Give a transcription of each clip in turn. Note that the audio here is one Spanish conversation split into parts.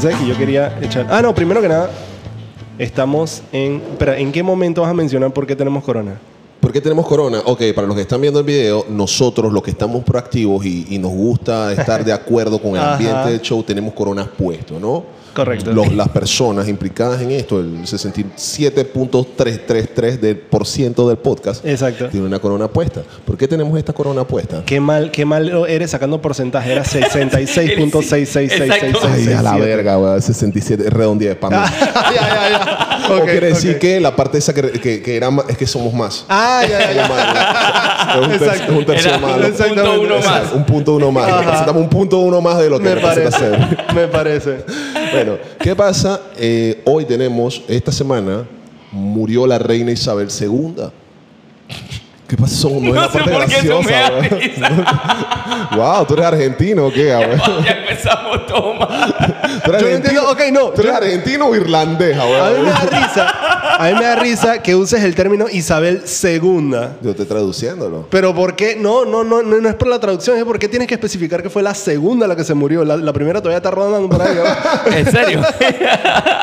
¿Sabes que yo quería echar? Ah, no, primero que nada, estamos en... Espera, ¿en qué momento vas a mencionar por qué tenemos corona? ¿Por qué tenemos corona? Ok, para los que están viendo el video, nosotros los que estamos proactivos y, y nos gusta estar de acuerdo con el Ajá. ambiente del show, tenemos coronas puesto, ¿no? Correcto. Los- las personas implicadas en esto, el 67.333% del, por ciento del podcast, Exacto. tiene una corona puesta. ¿Por qué tenemos esta corona puesta? Qué mal, qué mal eres sacando porcentaje. Era 66.666666. Ay, a la verga, weón. 67, redondía de pamela. o quiere decir que la parte esa que, que- que era más, es que somos más. Ah, ya, ya, Es ya. un ter- Exacto. es un tercio Era malo. un punto uno Exacto, más. Un punto uno más. Ajá. Representamos un punto uno más de lo que Me representa parece. ser. Me parece. Bueno, ¿qué pasa? Eh, hoy tenemos, esta semana, murió la reina Isabel II. ¿Qué pasó? No, es No la sé parte por qué eso me graciosa, da weón. risa. Wow, ¿tú eres argentino o qué, weón? Ya empezamos todo mal. ¿Tú eres Yo no entiendo, ok, no, ¿Tú eres yo- argentino o irlandés, A mí me weón? da risa. A mí me da risa que uses el término Isabel II. Yo estoy traduciéndolo. Pero ¿por qué? No, no, no, no, no es por la traducción, es porque tienes que especificar que fue la segunda la que se murió. La, la primera todavía está rodando por ahí. ¿no? ¿En serio?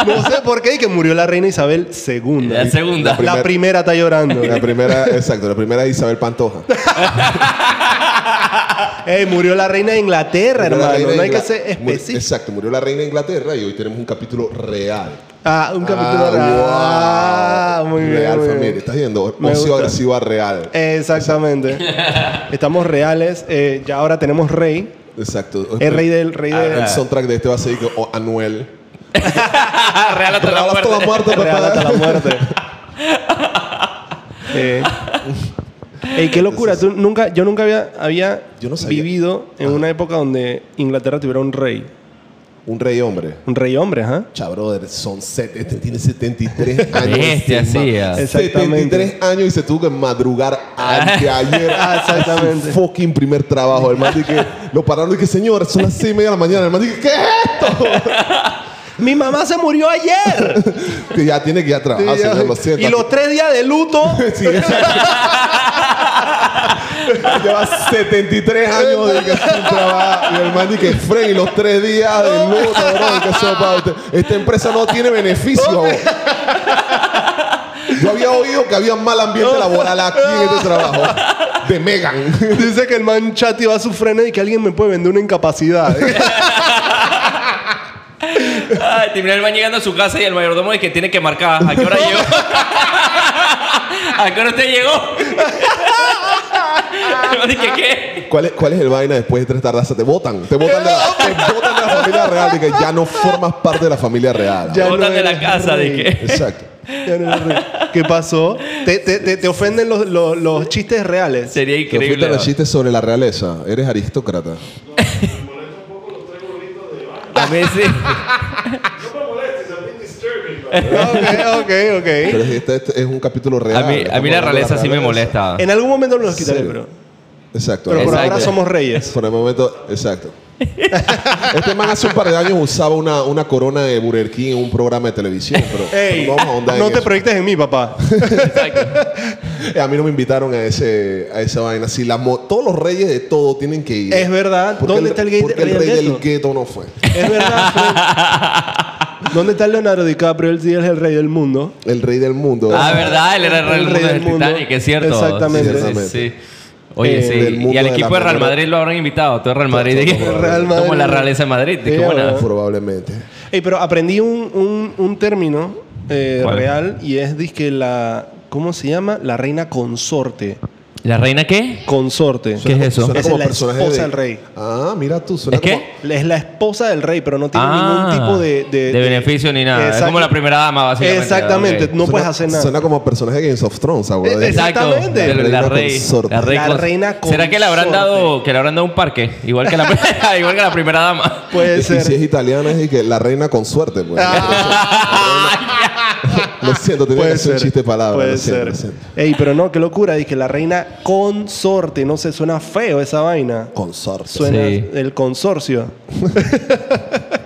No sé por qué y que murió la reina Isabel II. La segunda. La, primera- primera está llorando. La primera, exacto, la primera es Isabel Pantoja. Ey, murió la reina de Inglaterra, Murió la hermano. reina No hay de que Ingla- ser Mur- específico. Exacto, murió la reina de Inglaterra y hoy tenemos un capítulo real. Ah, un capítulo. Ah, Ah, wow. muy bien. Real muy bien. familia. Estás viendo, Me ocio gusta. agresiva real. Exactamente. Estamos reales. eh, ya ahora tenemos rey. Exacto. El rey del rey del. El soundtrack de este va a ser que- o Anuel. Ah, Real hasta la Real hasta la muerte. muerte, Real hasta la papá. muerte. Eh. Ey, qué locura. Tú nunca, yo nunca había, había Yo no sabía. vivido en Ajá. una época donde Inglaterra tuviera un rey. Un rey hombre. Un rey hombre, ajá. Cha, brother, son set- este tiene 73 años. Bestia, encima. sí, ah. Exactamente. 73 años y se tuvo que madrugar anteayer. Ah, exactamente. Su fucking primer trabajo. El man de que lo pararon y que, señor, son las 6 y media de la mañana. El man dije, ¿qué es esto? ¡Mi mamá se murió ayer! que ya tiene que ir a trabajar, Y ya- señor, Ah, lo siento. y los tres días de luto. Sí, exacto. Lleva 73 años de que sin trabajo. Y el man dice que Fren y los tres días de luto, bro, que sopa usted. Esta empresa no tiene beneficios. bro. Yo había oído que había mal ambiente laboral aquí en este trabajo. De Megan. Dice que el man chat iba a su freno y que alguien me puede vender una incapacidad. Ay, terminó el man llegando a su casa y el mayordomo dice que tiene que marcar. ¿A qué hora llegó? ¿A qué hora usted llegó? El man dice, ¿qué? ¿Cuál es, ¿Cuál es el vaina después de tres tardazas? Te botan. Te botan de la, te botan de la familia real. De que ya no formas parte de la familia real. Ya Lo no botan de la eres casa, rey. dije. Exacto. Ya no me río. ¿Qué pasó? ¿Te, te- te- te ofenden los, los- los chistes reales? Sería Te fuiste increíble. los ¿no? chistes sobre la realeza. Eres aristócrata. A mí sí. ok, ok, ok. Pero es- este, este es un capítulo real. A mí, a mí la realeza sí me molesta. En algún momento nos los quitaré, Sí. pero, Exacto. pero por Exacto. ahora somos reyes. Por el momento, exacto. este man hace un par de años usaba una, una corona de Burger King en un programa de televisión, pero Ey, no vamos a ahondar en no te eso. proyectes en mí, papá. Exacto. Eh, A mí no me invitaron a, ese, a esa vaina. Si la mo- todos los reyes de todo tienen que ir. Es verdad. Porque ¿Dónde está el gay- porque rey el del rey del gueto? gueto no fue? Es verdad. Fred. ¿Dónde está Leonardo DiCaprio? Él sí es el rey del mundo. El rey del mundo. Ah, verdad, él era el rey del mundo del Titanic, es cierto. Exactamente. Sí, sí, sí. Oye, Eh, del sí. Y mundo al de la equipo de Real manera. Madrid lo habrán invitado. Todo el Real Madrid. todo el Real Madrid. Como la realeza de Madrid. Sí, Qué buena. ¿verdad? Probablemente. Ey, pero aprendí un, un- un término eh, ¿Cuál? real y es disque la. ¿Cómo se llama? La reina consorte. ¿La reina qué? Consorte. ¿Qué es eso? Suena Esa como es la personaje esposa de- del rey. Ah, mira tú. Suena ¿Es qué? como- Es la esposa del rey, pero no tiene Ah, ningún tipo de, de- de- beneficio ni nada. Es Exacto. como la primera dama, básicamente. Exactamente. Ok. No Suena- puedes hacer nada. Suena como personaje de Games of Thrones, Eh, abuelo. eh, Exacto. Exactamente. de La, La reina rey. consorte. La, rey La cons- reina ¿Será que le habrán consorte. dado, que le habrán dado un parque? Igual que la, igual que la primera dama. Puede Y ser. si es italiana, es de que la reina con suerte, pues. lo siento, tenía que Ah. Puede hacer ser. un chiste de palabra. Puede lo siento, ser. lo siento. Ey, pero no, qué locura. Dije, la reina consorte. No sé, suena feo esa vaina. Consorte. Suena Sí. el consorcio.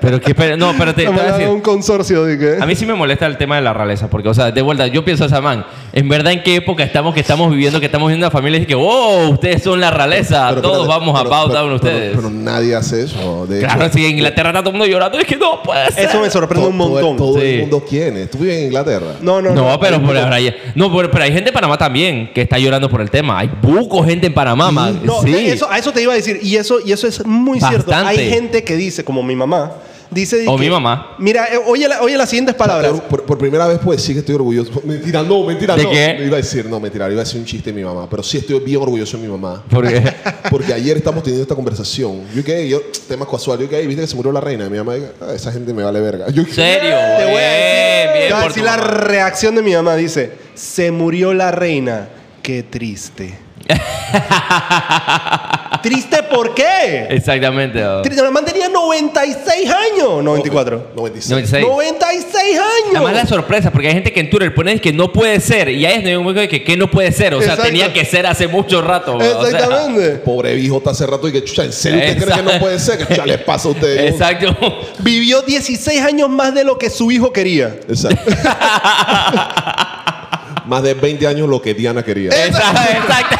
Pero qué pena. No, espérate. te voy a Mandaron decir. un consorcio de que. A mí sí me molesta el tema de la realeza, porque, o sea, de vuelta, yo pienso a Samán, en verdad, ¿en qué época estamos que estamos viviendo, que estamos viviendo a familias y que, wow, ustedes son la realeza, Pero todos espérate, vamos a pero- pauta pero- con ustedes? Pero, pero nadie hace eso. De claro, hecho, si en Inglaterra está todo el mundo llorando, es que no puede ser. Eso me sorprende to- un montón. Todo, todo Sí. el mundo quiere. Tú vives en Inglaterra. No, no, No, pero, por ahora ya- no, pero, pero hay gente en Panamá también que está llorando por el tema. Hay buco gente en Panamá, man. No, sí. de eso, a eso te iba a decir. Y eso, y eso es muy cierto. Bastante. Hay gente que dice, como mi mamá, dice. de O que, mi mamá. Mira, eh, oye, la- oye las siguientes palabras. Por, por primera vez, pues sí que estoy orgulloso. Mentira, no, mentira, ¿De no. qué? Iba a decir, no, mentira, iba a decir un chiste de mi mamá. Pero sí estoy bien orgulloso de mi mamá. Porque, Porque ayer estamos teniendo esta conversación. Yo qué, yo, tema casual, yo qué, viste que se murió la reina. Mi mamá, "Ah, esa gente me vale verga. Yo, serio. Te voy a decir, Bien, bien te voy a por decir tu la mamá. reacción de mi mamá. Dice, se murió la reina. Qué triste. ¿Triste por qué? Exactamente. oh. Triste, La man tenía 96 años. 94. 96. 96. 96 años. Además Oh, la sorpresa, porque hay gente que en Twitter pone que no puede ser y ahí es donde yo me digo que, que no puede ser, o sea, Exacto. tenía que ser hace mucho rato. bro. O sea, Exactamente. Pobre viejo está hace rato y que, chucha, ¿en serio usted cree que Exacto. no puede ser? Que chucha les pasa a ustedes. Exacto. Vivió 16 años más de lo que su hijo quería. Exacto. Más de 20 años lo que Diana quería. Eh, Exacto. Exacto.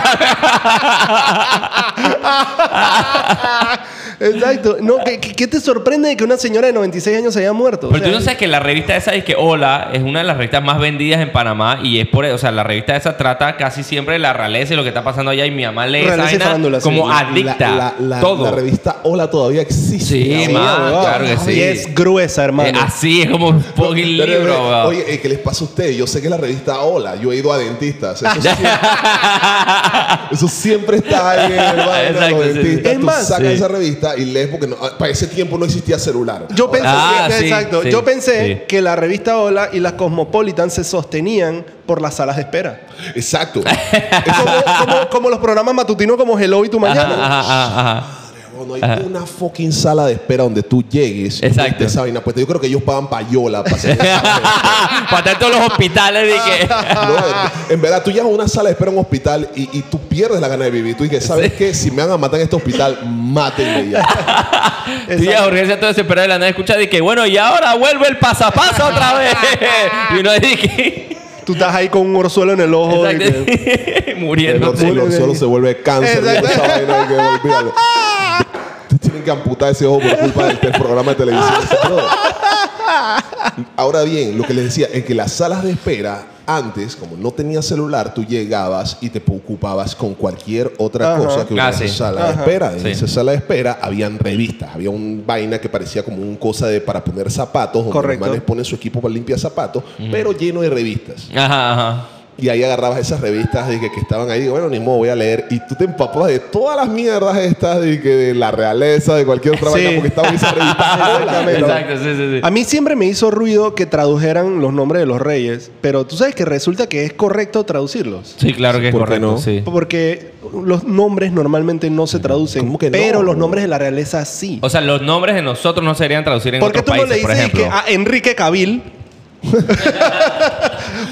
Exacto. No, ¿qué, qué- qué te sorprende de que una señora de 96 años se haya muerto? O Pero tú sea, no sabes que la revista esa es que Hola es una de las revistas más vendidas en Panamá y es por, o sea, la revista esa trata casi siempre de la realeza y lo que está pasando allá y mi mamá lee esa Realeza y vaina farándula, sí. como La- adicta. La, la- todo. la revista Hola todavía existe. Sí, la man, huevada. claro que sí. Y es gruesa, hermano. Eh, así es como un fucking Pero, libro, pero, bro. Oye, eh, ¿qué les pasa a ustedes? Yo sé que es la revista Hola. Yo he ido a dentistas. Eso, siempre, eso siempre está ahí en el baño, Exacto, los sí, dentistas. sí. Tú Es más, sacas sí. esa revista y lees porque no- ah, para ese tiempo no existía celular. Yo pensé, Ah, que- sí, exacto. sí, Yo pensé sí. que la revista Hola y la Cosmopolitan se sostenían por las salas de espera. Exacto. como, como- como los programas matutinos como Hello y Tu Ajá, Mañana. ajá, ajá, ajá. Bueno, hay una fucking sala de espera donde tú llegues. y Exacto. estés esa vaina puesta. Yo creo que ellos pagan payola para hacer esa vaina. Para estar en todos los hospitales y que... No, en verdad, tú llegas a una sala de espera en un hospital y, y tú pierdes la gana de vivir. Tú dices, ¿sabes qué? Si me van a matar en este hospital, mátenme ya. Sí, ya, Jorge se todo desesperado de la nada escucha de que bueno, y ahora vuelve el pasapasa otra vez. y uno dice que Tú estás ahí con un orzuelo en el ojo. y Exacto. que- El muriendo. orzuelo sí. solo se vuelve cáncer. y Exacto. esa vaina hay que olvidarlo. Te tienen que amputar ese ojo por culpa del, del programa de televisión. ese, bro. Ahora bien, lo que les decía es que las salas de espera. Antes, como no tenías celular, tú llegabas y te ocupabas con cualquier otra Ajá. cosa que Ah, hubiera en sí. esa sala de Ajá. espera. En Sí. esa sala de espera habían revistas, había un vaina que parecía como un cosa de para poner zapatos, donde los Correcto. manes ponen su equipo para limpiar zapatos, pero lleno de revistas. Ajá, ajá. Y ahí agarrabas esas revistas de que, que estaban ahí, bueno, ni modo, voy a leer. Y tú te empapabas de todas las mierdas estas de, que de la realeza, de cualquier otra Sí. vaina, porque estaban esas revistas. Exactamente. Hola. Exacto, sí, sí, sí. A mí siempre me hizo ruido que tradujeran los nombres de los reyes, pero tú sabes que resulta que es correcto traducirlos. Sí, claro que es ¿Por qué correcto. no? Sí. Porque los nombres normalmente no se traducen, ¿Cómo que no? pero los nombres de la realeza sí. O sea, los nombres de nosotros no serían traducir en ¿Por qué otros tú no países, le por dices y ejemplo. que ah, a Enrique Cabil?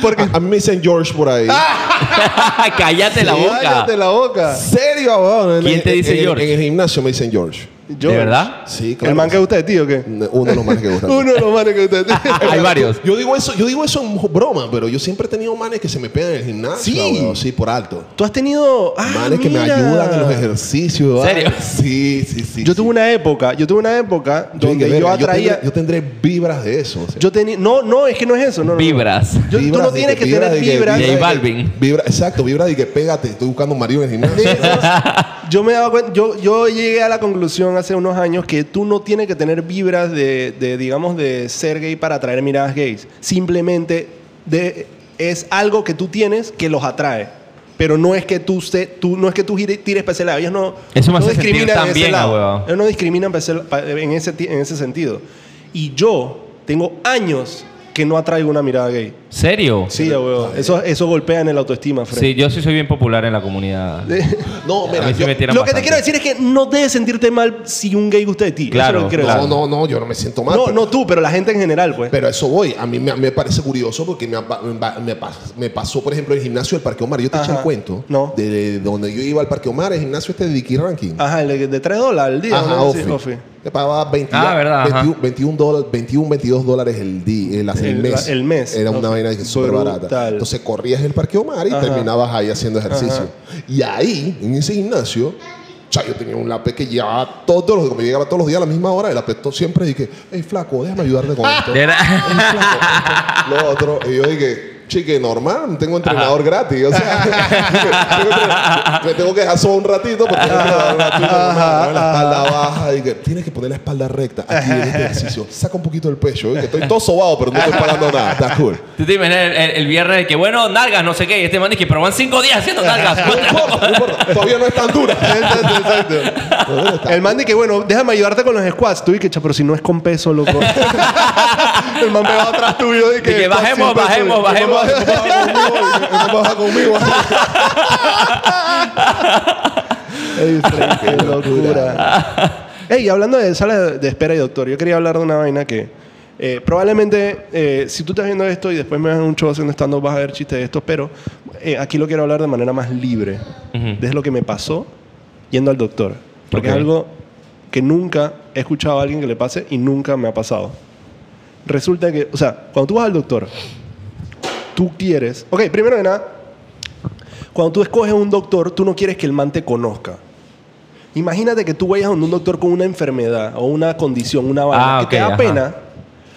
Porque A, a mí me dicen George por ahí. ¡Ah! Cállate la boca. cállate la boca. ¿En serio, weón? En- ¿Quién te en- dice en el- George? En el gimnasio me dicen George. George. verdad? Sí, claro. ¿El man que usted, tío, o qué? Uno de los manes que gustan. Uno de los manes que usted. Hay varios. Yo digo eso, yo digo eso en broma, pero yo siempre he tenido manes que se me pegan en el gimnasio. Sí. weón, sí, por alto. Tú has tenido. Ah, Manes que me mira. ayudan en los ejercicios. ¿En serio? ¿vale? Sí, sí, sí. Yo sí. tuve una época, yo tuve una época donde dije, yo "Verga, atraía. tendré- Yo tendré, vibras de eso. o sea. Yo tenía. No, no, es que no es eso. No, no, no. Vibras. Yo- tú Vibras no de tienes que tener de vibras. de J que- Balvin. vibra- exacto, vibra de que pégate, estoy buscando un marido en el De gimnasio. esos, yo me daba cuenta, yo, yo llegué a la conclusión hace unos años que tú no tienes que tener vibras de, de, digamos, de ser gay para atraer miradas gays. Simplemente de- es algo que tú tienes que los atrae. Pero no es que tú, se, tú no es que tú gire- tires para ese lado. Ellos no, Eso me no hace sentir tan en ese bien, lado. huevón. Ellos no discriminan pa ese- pa- en ese, ti- en ese sentido. Y yo tengo años que no atraigo una mirada gay. ¿Serio? Sí, Sí, ya, huevón. Eso, eso golpea en el autoestima, Fred. yo sí soy bien popular en la comunidad. No, A mira, mí sí yo- me tiran Lo que te bastante. quiero decir es que no debes sentirte mal si un gay gusta de ti. Eso Claro, es lo que quiero no, decir. no, no, yo no me siento mal. No, pero- no tú, pero la gente en general, pues. Pero a eso voy. A mí me, me parece curioso porque me, apa- me pa- me pas- me pasó, por ejemplo, el gimnasio del Parque Omar. Yo te eché el Ajá. cuento No. de, de donde yo iba al Parque Omar, el gimnasio este de Dicky Ranking. Ajá, el de, de 3 dólares al día. Ajá, ¿no? Sí, Ofi. Te pagaba 20, Ah, verdad, ajá. 21, 21 dólares, 21, 22 dólares el, di- el, hace el El- mes. el mes. Era una Ofi. vaina que súper barata. Brutal. Entonces corrías en el Parque Omar y Ajá. terminabas ahí haciendo ejercicio. Y ahí, en ese gimnasio, cha, yo tenía un lápiz que llevaba todos los días, me llegaba todos los días a la misma hora. El lápiz to- siempre dije, hey, flaco, déjame ayudarte con esto. De verdad. Ay, flaco, esto, Lo otro, y yo dije, chique, normal, tengo entrenador gratis. O sea, tengo entrenador- me tengo que dejar solo un ratito porque tengo entrenador gratis. normal, ¿no? la espalda baja. Y que tienes que poner la espalda recta aquí en este ejercicio. Saca un poquito el pecho. y que estoy todo sobado, pero no estoy pagando nada. Está cool. ¿Tú te imaginas el, el- el viernes de que, bueno, nalgas, no sé qué? Y este man dice que, pero van cinco días haciendo nalgas. No importa, no importa. Todavía no es tan dura. Exacto, exacto. Todavía no es tan- El man de que, bueno, déjame ayudarte con los squats. Tú y que, "Cha, pero si no es con peso, loco. el man pegado atrás tuyo y que... Y que bajemos, "Squats sin peso". bajemos, bajemos. ¿Cómo vas conmigo? Ey, Fred, qué locura. Ey, hablando de sala de- de espera y doctor, yo quería hablar de una vaina que eh, probablemente eh, si tú estás viendo esto y después me vas a un show haciendo stand vas a ver chistes de estos, pero eh, aquí lo quiero hablar de manera más libre. Ujú. Desde lo que me pasó yendo al doctor. Porque Ok. es algo que nunca he escuchado a alguien que le pase y nunca me ha pasado. Resulta que, o sea, cuando tú vas al doctor, tú quieres. Ok, primero que nada, cuando tú escoges un doctor, tú no quieres que el man te conozca. Imagínate que tú vayas a un doctor con una enfermedad o una condición, una vaina Ah, que ok, te da ajá. Ah. pena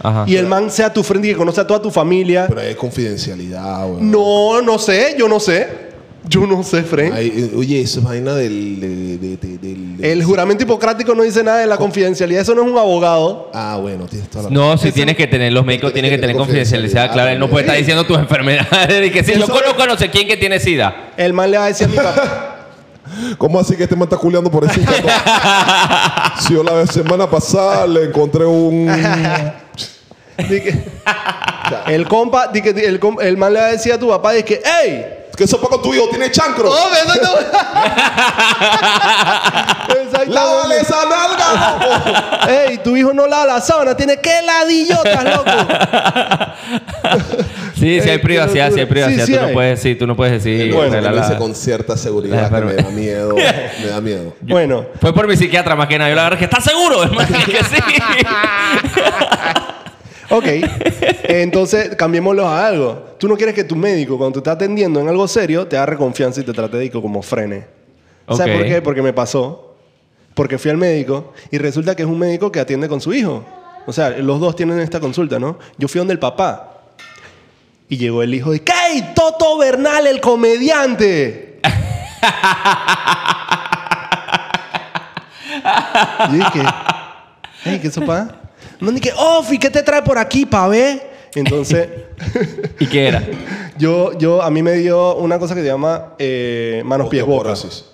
Ajá. y el man sea tu friend y que conozca a toda tu familia. Pero es confidencialidad, weón. No, no sé, yo no sé. Yo no sé, friend. Ay, eh, oye, esa vaina del. de- de- de- del- del- El juramento hipocrático no dice nada de la confidencialidad, eso no es un abogado. Ah, bueno, tienes toda la No, si tienes que tener, los médicos tienen que tener confidencialidad, claro. Él no puede estar diciendo tus enfermedades. Y que si yo Eso- conozco a no sé quién que tiene SIDA. El man le va a decir a mi papá. ¿Cómo así que este man está culeando por ese gato? si yo la semana pasada le encontré un. di que- el compa, di que- di- el, com- el man le va a decir a tu papá, dice que, ¡Ey! ¿Qué sopa con tu hijo? ¿Tiene chancro? ¡No, me Exactamente. ¡Lávale esa nalga! loco! ¡Ey! Tu hijo no lava la sábana, tiene que ladillotas, loco. Sí, si hay Eh, qué privacidad, si locura. hay Sí, privacidad, sí tú no hay. puedes decir, tú no puedes decir. Bueno, la- me la- lo hice con cierta seguridad la que me da miedo. me da miedo. Bueno, Fue por mi psiquiatra más que nada. Yo la agarré que está seguro, hermano. que sí. ok. Entonces, cambiémoslo a algo. Tú no quieres que tu médico, cuando te está atendiendo en algo serio, te agarre confianza y te trate de que como frene. ¿Sabes Ok. por qué? Porque me pasó. Porque fui al médico y resulta que es un médico que atiende con su hijo. O sea, los dos tienen esta consulta, ¿no? Yo fui donde el papá. Y llegó el hijo de ¡Kay! ¡Toto Bernal, el comediante! y dije, "Ey, ¿qué sopa? No, dije, ¡Ofi! ¿Qué te trae por aquí, pavé? Entonces, ¿Y qué era? yo, yo, a mí me dio una cosa que se llama eh, manos, pies, boca. Osteoporosis.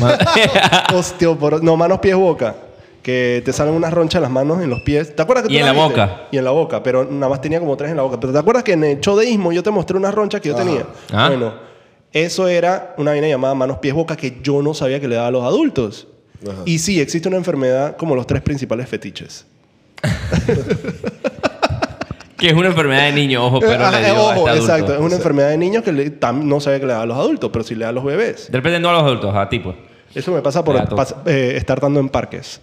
Ah, Osteoporosis. No, manos, pies, boca. Que te salen unas ronchas en las manos, en los pies. ¿Te acuerdas que Y tú en las la viste? boca. Y en la boca, pero nada más tenía como tres en la boca. Pero ¿te acuerdas que en el show de Istmo yo te mostré unas ronchas que yo tenía? Ah. Bueno, eso era una vaina llamada manos, pies, boca que yo no sabía que le daba a los adultos. Ajá. Y sí, existe una enfermedad como los tres principales fetiches. Que es una enfermedad de niño, ojo, pero Ajá, le dio a Ah, eh, ojo, este adulto. exacto. Es una enfermedad de niños que le- tam- no sabía que le da a los adultos, pero sí le da a los bebés. De repente no a los adultos, a ti, pues. Eso me pasa por Le da todo. pas- eh, estar dando en parques.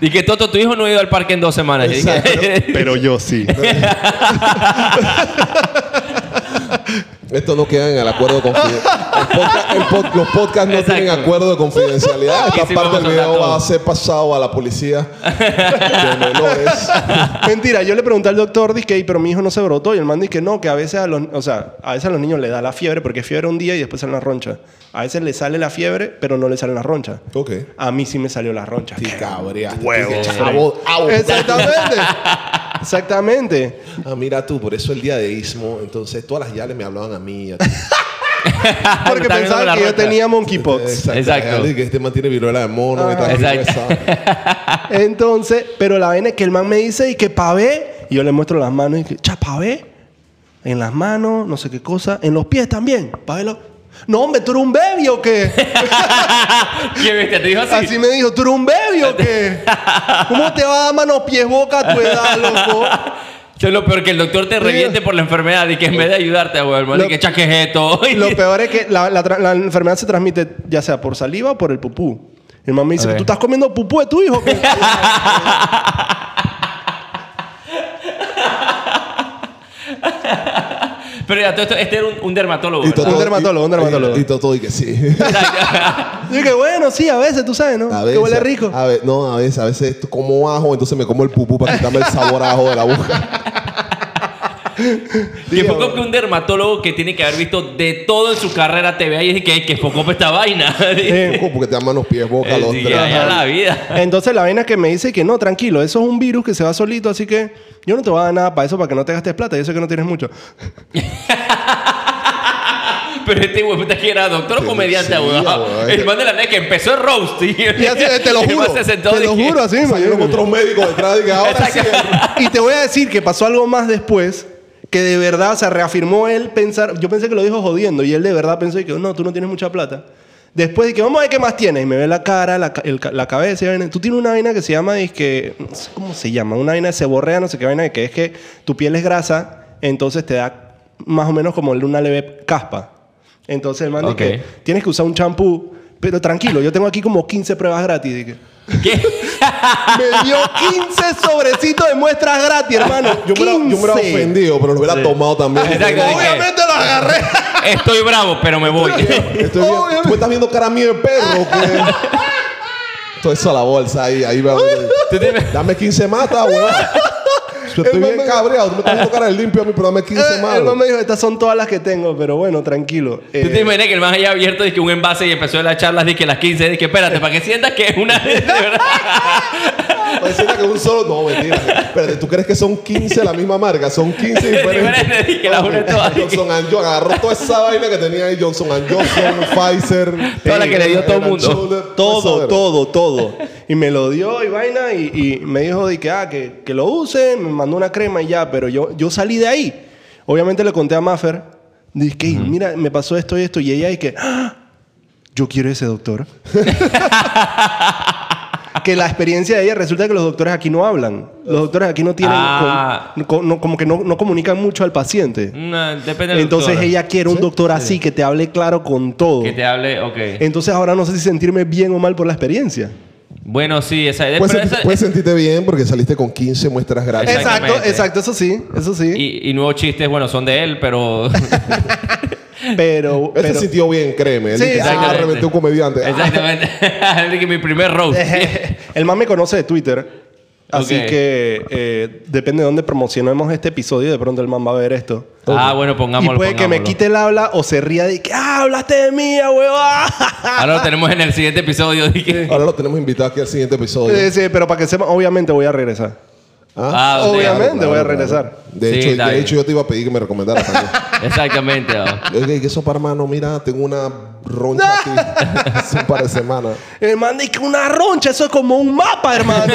Y que Toto, tu hijo no ha ido al parque en dos semanas. Y dije, Pero yo sí. Esto no queda en el acuerdo de confidencialidad. El podcast- el pod- los podcasts no Exacto. tienen acuerdo de confidencialidad. Aquí Esta sí parte vamos del a hablar video va todo. a ser pasado a la policía de menores. Mentira, yo le pregunté al doctor, dije, "Ey, pero mi hijo no se brotó. Y el man dice, no, que a veces a los, o sea, a veces a los niños le da la fiebre, porque es fiebre un día y después sale la roncha. A veces le sale la fiebre, pero no le salen las ronchas. Ok. A mí sí me salió las ronchas. Te cabreaste. Huevo. Te dije, chavo, au. Exactamente. Exactamente. Ah, mira tú, por eso el día de Istmo, entonces todas las yales me hablaban a mí. y a ti. Porque Está viendo pensaban la que yo rueda. tenía monkeypox. Exacto. Exacto. Que este man tiene viruela de mono. Ah. que está Exacto. haciendo esa- Entonces, pero la vaina es que el man me dice, ¿y que pavé? Y yo le muestro las manos y que, cha, pavé. En las manos, no sé qué cosa. En los pies también. Pavelo. No, hombre, ¿tú eres un baby o qué? ¿Qué viste? Te dijo así. Así me dijo, ¿tú eres un baby o qué? ¿Cómo te va a dar manos, pies, boca a tu edad, loco? Eso es lo peor que el doctor te reviente por la enfermedad y que en vez de ayudarte, güey, hermano, Lo- y que chaques esto. Lo peor es que la, la tra- la enfermedad se transmite ya sea por saliva o por el pupú. El man me dice, Ok. ¿tú estás comiendo pupú de tu hijo? Pero ya, todo esto, este era un, un dermatólogo. Y todo- ¿verdad? Un dermatólogo, un dermatólogo. Y, y todo, todo y que sí. Yo dije, bueno, sí, a veces, tú sabes, ¿no? A Que huele rico. A ver, no, a veces, a veces esto como ajo, entonces me como el pupú para quitarme el sabor a ajo de la boca. Que Digo, poco que un dermatólogo que tiene que haber visto de todo en su carrera te vea y dice que, que poco esta vaina. eh, Ojo, Porque te dan manos, pies, boca, los Sí, ya, ya la vida. Entonces la vaina que me dice que no, tranquilo, eso es un virus que se va solito, así que yo no te voy a dar nada para eso, para que no te gastes plata, yo sé que no tienes mucho. Pero este güey puta que era doctor o Sí, comediante, sí, weón. weón. El man de la net que empezó el roast. Y, Y así, eh, te lo el man juro, se te sentó y lo dije, juro, así mismo. Salieron yo- otros médicos detrás y que ahora sí. Y te voy a decir que pasó algo más después, que de verdad, o sea, reafirmó él pensar, yo pensé que lo dijo jodiendo, y él de verdad pensó y que "Oh, no, tú no tienes mucha plata. Después de que vamos a ver qué más tienes, y me ve la cara, la, ca- el ca- la cabeza, y vaina. tú tienes una vaina que se llama, es que, no sé cómo se llama, una vaina de seborrea, no sé qué vaina, que es que tu piel es grasa, entonces te da más o menos como una leve caspa. Entonces el man dice Ok. que tienes que usar un champú, pero tranquilo, yo tengo aquí como 15 pruebas gratis. Dije, ¿Qué? me dio 15 sobrecitos de muestras gratis, hermano. Yo me, la, yo me hubiera 15. ofendido, pero lo hubiera tomado también. Exacto. Obviamente lo agarré. Estoy bravo, pero me voy. Estoy viendo- tú me estás viendo cara mía de perro. que- Todo eso a la bolsa ahí, ahí va. Dame 15 matas, weón. Yo estoy El bien mamá- cabreado. Tú me estás viendo cara de limpio a mí, pero dame 15 Eh, matas. El man me dijo, estas son todas las que tengo, pero bueno, tranquilo. Eh, ¿Tú te imaginas que el más allá abierto dice que un envase y empezó las charlas dice que las 15, dice que espérate, para que sientas que es una de verdad. Pareciera que un solo. No, mentira. Pero tú crees que son 15 la misma marca. Son 15 Diferentes, diferentes. dije, las une todas. Johnson and Johnson agarró toda esa vaina que tenía ahí. Johnson and Johnson, Pfizer. eh, Toda la que le dio Head todo el and mundo. Shoulder, todo, esa todo, todo. Y me lo dio y vaina y, y me dijo de que, ah, que, que lo use, me mandó una crema y ya, pero yo, yo salí de ahí. Obviamente le conté a Maffer, dije, "Ey, mira, me pasó esto y esto, y ella y que, "Ah, yo quiero ese doctor. que la experiencia de ella resulta que los doctores aquí no hablan. Los doctores aquí no tienen, Ah. con- con- no- como que no, no comunican mucho al paciente. No, depende del Entonces doctor. ella quiere un doctor así, que te hable claro con todo. Que te hable, ok. Entonces ahora no sé si sentirme bien o mal por la experiencia. Bueno, sí, Eh, esa es. Puedes, sentir- puedes sentirte bien porque saliste con 15 muestras gratis. Exacto. Exacto, Exactamente. exacto, eso sí, eso sí. Y, y nuevos chistes, bueno, son de él, pero. pero, Él se pero- sintió bien, créeme. Él Sí, dice, ah, exactamente. reventé un comediante. Ah, Exactamente. Él dice, mi primer roast. el man me conoce de Twitter. Así Ok. que eh, depende de dónde promocionemos este episodio. De pronto el man va a ver esto. ah, bueno, pongámoslo. y puede que me pongámoslo. quite el habla o se ría de que "Ah, hablaste de mí, huevón. Ahora lo tenemos en el siguiente episodio. dije. Ahora lo tenemos invitado aquí al siguiente episodio. Eh, sí, pero para que sepa, obviamente voy a regresar. Ah, sí. Obviamente voy a regresar. De, Sí, hecho, está de bien. hecho, yo te iba a pedir que me recomendaras también. Exactamente. ah. Oye, que eso para hermano, mira, tengo una roncha aquí. Es un par de semanas. El man dice que una roncha, eso es como un mapa, hermano.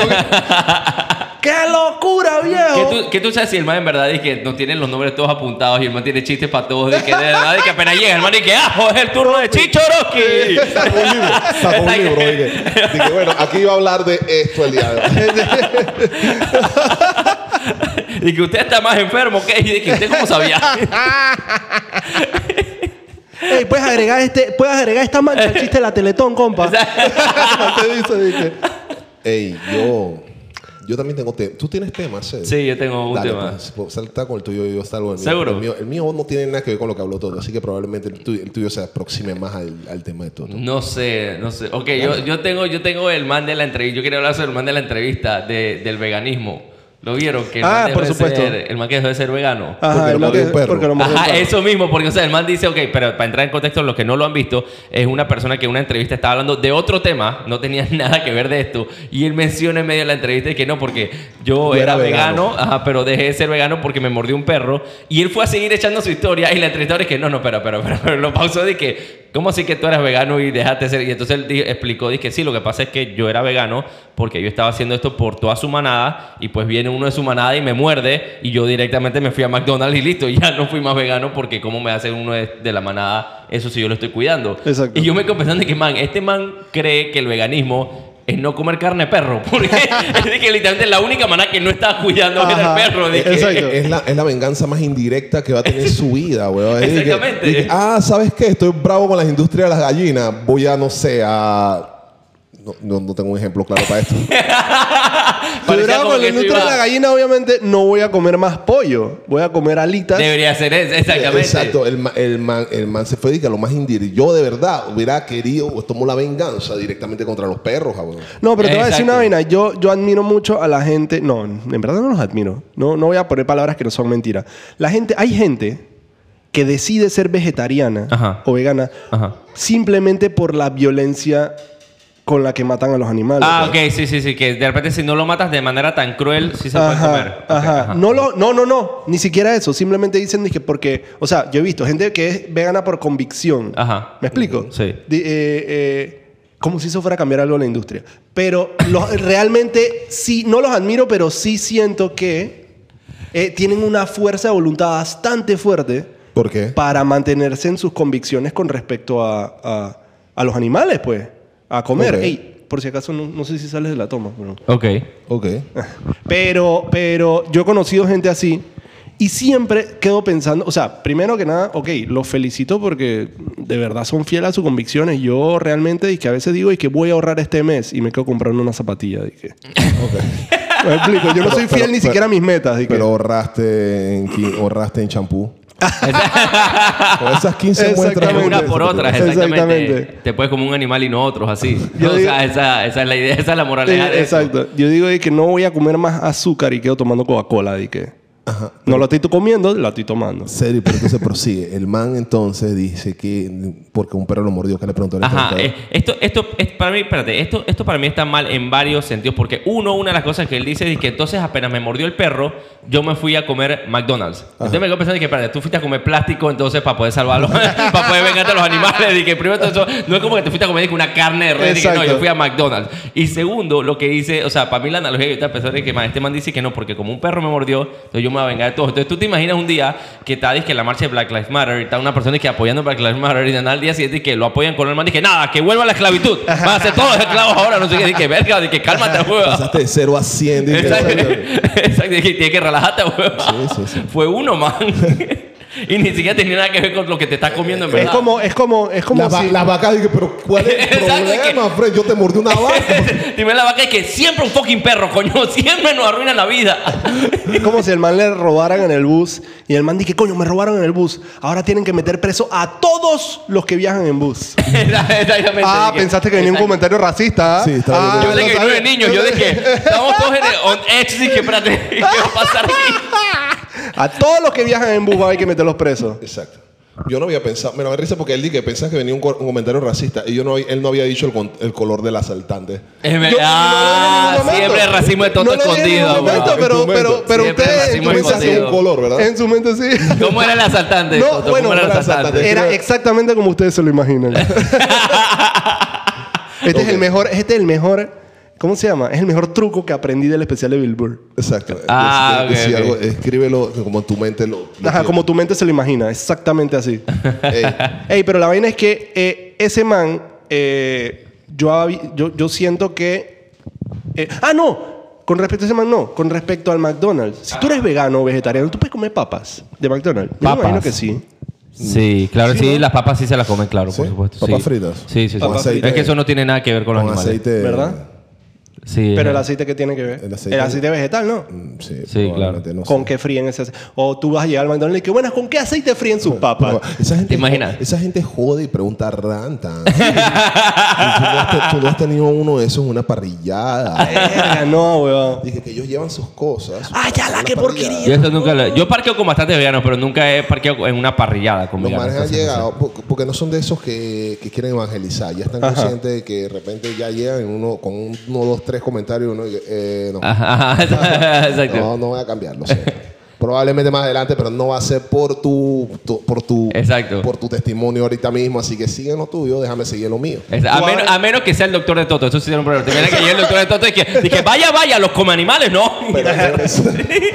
¡Qué locura, ¿Qué viejo! tú, ¿Qué tú sabes si el man en verdad dice que no tienen los nombres todos apuntados y el man tiene chistes para todos? Dice que de verdad y que apenas llega el man y que ¡ah, es el turno de Chichoroski! Sacó un libro. Sacó un libro. Dije, Dije, bueno, aquí iba a hablar de esto el día de hoy. Y que usted está más enfermo que y de que usted cómo sabía. Ey, puedes agregar este, puedes agregar esta mancha al chiste de la Teletón, compa. Te dice, dije. Ey, yo. Yo también tengo temas. ¿Tú tienes temas, Ced? Sí, yo tengo un Dale, tema. pues, pues, salta con el tuyo y yo salgo con el mío. ¿Seguro? El mío, el mío no tiene nada que ver con lo que habló todo, así que probablemente el tuyo, el tuyo se aproxime más al, al tema de todo. No sé, no sé. Ok, yo, yo, tengo, yo tengo el man de la entrevista. Yo quería hablar sobre el man de la entrevista de- del veganismo. ¿Lo vieron? Que el Ah, man dejó por de supuesto. Ah, ser- el man que dejó de ser vegano. Ajá, Porque lo no mordió te- un perro. porque lo mordió un Ajá, perro. eso mismo, porque o sea, el man dice, ok, pero para entrar en contexto, los que no lo han visto, es una persona que en una entrevista estaba hablando de otro tema, no tenía nada que ver de esto, y él menciona en medio de la entrevista que no, porque Yo yo, era, era vegano, ajá, pero dejé de ser vegano porque me mordió un perro, y él fue a seguir echando su historia, y la entrevistadora es que, no, no, pero, pero, pero, pero", lo pausó de que, ¿cómo así que tú eras vegano y dejaste de ser? Y entonces él di- explicó, dije, sí, lo que pasa es que yo era vegano porque yo estaba haciendo esto por toda su manada, y pues viene uno de su manada y me muerde, y yo directamente me fui a McDonald's y listo, ya no fui más vegano porque cómo me hace uno de, de la manada, eso sí yo lo estoy cuidando. Exacto. Y yo me quedo pensando de que, man, este man cree que el veganismo es no comer carne de perro. Porque es de que literalmente la única manera que no está cuidando Ajá, era el perro. De que- exacto. Es la, es la venganza más indirecta que va a tener su vida, weón. Es de que- Exactamente. de que, ah, ¿sabes qué? Estoy bravo con las industrias de las gallinas. Voy a, no sé, a... No, no- no tengo un ejemplo claro para esto. Pero parecía como con que la esto industria de iba- la gallina, obviamente, no voy a comer más pollo. Voy a comer alitas. Debería ser eso, exactamente. Exacto. El, ma- el, man, el man se fue y que lo más indirecto. Yo de verdad hubiera querido, pues, tomó la venganza directamente contra los perros, ah, weón. No, pero te voy a decir Exacto. una vaina. Yo, yo admiro mucho a la gente. No, en verdad no los admiro. No, no voy a poner palabras que no son mentiras. La gente, hay gente que decide ser vegetariana Ajá. o vegana Ajá. simplemente por la violencia con la que matan a los animales. Ah, ok, sí, sí, sí. Que de repente si no lo matas de manera tan cruel, sí se puede Ajá, comer. Ok, ajá. ajá. No, lo, no, no, no. Ni siquiera eso. Simplemente dicen que porque... O sea, yo he visto gente que es vegana por convicción. Ajá. ¿Me explico? Sí. Di- eh, eh, como si eso fuera a cambiar algo en la industria. Pero los- realmente sí... No los admiro, pero sí siento que eh, tienen una fuerza de voluntad bastante fuerte ¿Por qué? para mantenerse en sus convicciones con respecto a, a- a los animales, pues. A comer. Ok. Ey, por si acaso, no, no sé si sales de la toma. pero- Ok. Ok. pero, pero yo he conocido gente así y siempre quedo pensando, o sea, primero que nada, ok, los felicito porque de verdad son fieles a sus convicciones. Yo realmente, y que a veces digo, y que voy a ahorrar este mes y me quedo comprando una zapatilla. Dije. Ok. Me explico, yo no soy fiel pero- ni pero- siquiera a mis metas. dije. Pero ahorraste en, qui- ahorraste en champú. Con esas 15 muestras. Exactamente. Una por otra, exactamente. Exactamente. Te puedes como un animal y no otros, así. Yo o digo- sea, esa, esa es la idea, esa es la Eh, moraleja. de eso. exacto. Yo digo de que no voy a comer más azúcar y quedo tomando Coca-Cola. dije. Ajá. No lo estoy comiendo, lo estoy tomando. Serio, pero entonces prosigue. El man entonces dice que porque un perro lo mordió, que le preguntó al Ajá, entrevistador. eh, esto, esto es para mí, espérate, esto, esto para mí está mal en varios sentidos, porque uno, una de las cosas que él dice es que entonces apenas me mordió el perro, yo me fui a comer McDonald's. Entonces me quedo pensando que, espérate, tú fuiste a comer plástico entonces para poder salvarlos, para poder vengarte a los animales, y que primero todo eso, no es como que te fuiste a comer dije, una carne de res, y que, no, Exacto. yo fui a McDonald's. Y segundo, lo que dice, o sea, para mí la analogía que yo estaba pensando es que man, este man dice que no, porque como un perro me mordió, entonces yo me voy a vengar de todo. Entonces tú te imaginas un día que está que la marcha de Black Lives Matter y está una persona que apoyando Black Lives Matter y de nada, al día siguiente que lo apoyan con el man, dije, nada, que vuelva la esclavitud, van a ser todos esclavos ahora, no sé qué, dije, verga, de que cálmate, hueva. Pasaste de 0 a 100. dije, Exacto, "Oye". exacto, dije, tienes que relajarte, hueva. Sí, sí, sí. Fue uno, man. Y ni siquiera tenía nada que ver con lo que te estás comiendo en Es verdad. como, es como, es como La va- si- Las vacas dije, pero ¿cuál es el Exacto, es que- problema, Fred? Yo te mordí una vaca. Dime la vaca es que siempre un fucking perro, coño, siempre nos arruina la vida. Es como si el man le robaran en el bus y el man dice, coño, me robaron en el bus. Ahora tienen que meter preso a todos los que viajan en bus. Exactamente. Ah, dije, pensaste que venía un exacto. comentario racista. ¿ah? Sí, estaba Ah, bien. Yo pensé no que venía de sabía. niños, yo dije, estamos todos en el on edge, dije, espérate, ¿qué va a pasar aquí? A todos los que viajan en bus va a haber que meterlos presos. Exacto. Yo no había pensado, me lo me risa porque él dijo que pensás que venía un, cor- un comentario racista y yo no, hab- él no había dicho el, con- el color del asaltante. Es Yo- verdad, no lo dije en ningún momento. siempre el racismo de No tonto lo dije en escondido, ningún momento, weón. En tu pero, mente. pero, pero Siempre ustedes en, su racimo Tú Muy pensás mente- en escondido. un color, ¿verdad? en su mente sí. ¿Cómo era el asaltante? No, Toto? ¿Cómo bueno, era el era el asaltante? asaltante. Era exactamente como ustedes se lo imaginan. Este es el Ok. mejor, este es el mejor, ¿cómo se llama? Es el mejor truco que aprendí del especial de Billboard. Exacto. Ah, Decía- ok, decía ok. algo, escríbelo como en tu mente lo. lo Ajá, que- como tu mente se lo imagina, exactamente así. Ey, Ey, pero la vaina es que eh, ese man, eh, yo, habi- yo, yo siento que... eh, ah, no. Con respecto a ese man, no. Con respecto al McDonald's. Si tú eres vegano o vegetariano, tú puedes comer papas de McDonald's. Yo me Papas. imagino que sí. Sí, claro, sí, las papas sí se las comen, claro, ¿Sí? por supuesto. Papas sí. fritas. Sí, sí, sí. Con aceite. Es que eso no tiene nada que ver con los con animales. aceite. ¿Verdad? Sí, Pero el ajá. aceite que tiene que ver. El Eh, El aceite- aceite, vegetal, ¿no? Mm, Sí, Sí, probablemente, claro. no sé. ¿Con qué fríen ese aceite? O tú vas a llegar al McDonald's y que, buenas, ¿con qué aceite fríen sus papas? Pero Esa gente, ¿Te imaginas? Esa gente jode y pregunta ranta. tú, no has, te- tú no has tenido uno de esos en una parrillada. Verga, no, weón. Dije que ellos llevan sus cosas. Ah, ya la, Las qué parrilladas. porquería. Yo, eso nunca lo- yo parqueo con bastantes veganos, pero nunca he parqueado en una parrillada con Los veganos. manes han entonces, no sé. llegado, po- porque no son de esos que, que quieren evangelizar, ya están conscientes de que de repente ya llegan en uno, con un- uno, dos, tres comentarios uno, y, eh, no, Ajá, ajá, Ah, exacto. no, no voy a cambiar, lo siento. Probablemente más adelante, pero no va a ser por tu, tu- por tu Exacto. por tu testimonio ahorita mismo, así que sigue lo tuyo, déjame seguir lo mío. Es- a, Tú menos, ahora- a menos que sea el doctor de Toto, eso sí era un problema. Te imaginas que llegue el doctor de Toto y que dije, vaya, vaya, los como animales, no. Pero, pero eso,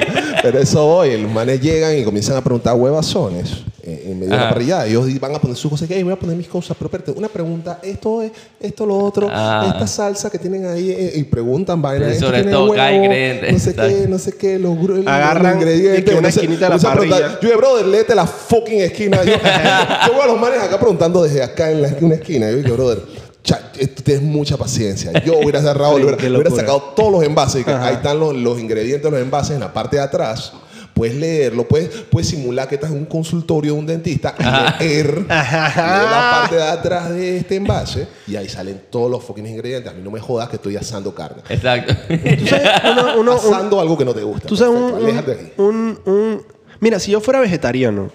pero eso hoy, los manes llegan y comienzan a preguntar huevazones eh, en, en medio de la Ajá. parrillada. Ellos van a poner sus cosas que "Ey, voy a poner mis cosas, pero espérate, una pregunta, esto es, esto lo otro, Ah. esta salsa que tienen ahí, eh, y preguntan vainas. Sí, esto sobre tiene todo, cada huevo, ingrediente, No sé qué, exacto. no sé qué, los, gru- los Agarran de que una esquinita de la comienzan a preguntar. parrilla. Yo, eh, brother, léete la fucking esquina. Yo, yo veo a los manes acá preguntando desde acá en la, una esquina. Yo digo, brother, cha- eh, tú tienes mucha paciencia. Yo hubiera cerrado, Sí, hubiera, qué hubiera locura. sacado todos los envases. que Ajá. ahí están los, los ingredientes de los envases en la parte de atrás. Puedes leerlo, puedes, puedes simular que estás en un consultorio de un dentista y leer, Ajá. leer la parte de atrás de este envase y ahí salen todos los fucking ingredientes. A mí no me jodas que estoy asando carne. Exacto. Tú sabes, uno- uno- un- asando algo que no te gusta. Tú sabes, un, Perfecto, aléjate de aquí. un, un- un- Mira, si yo fuera vegetariano,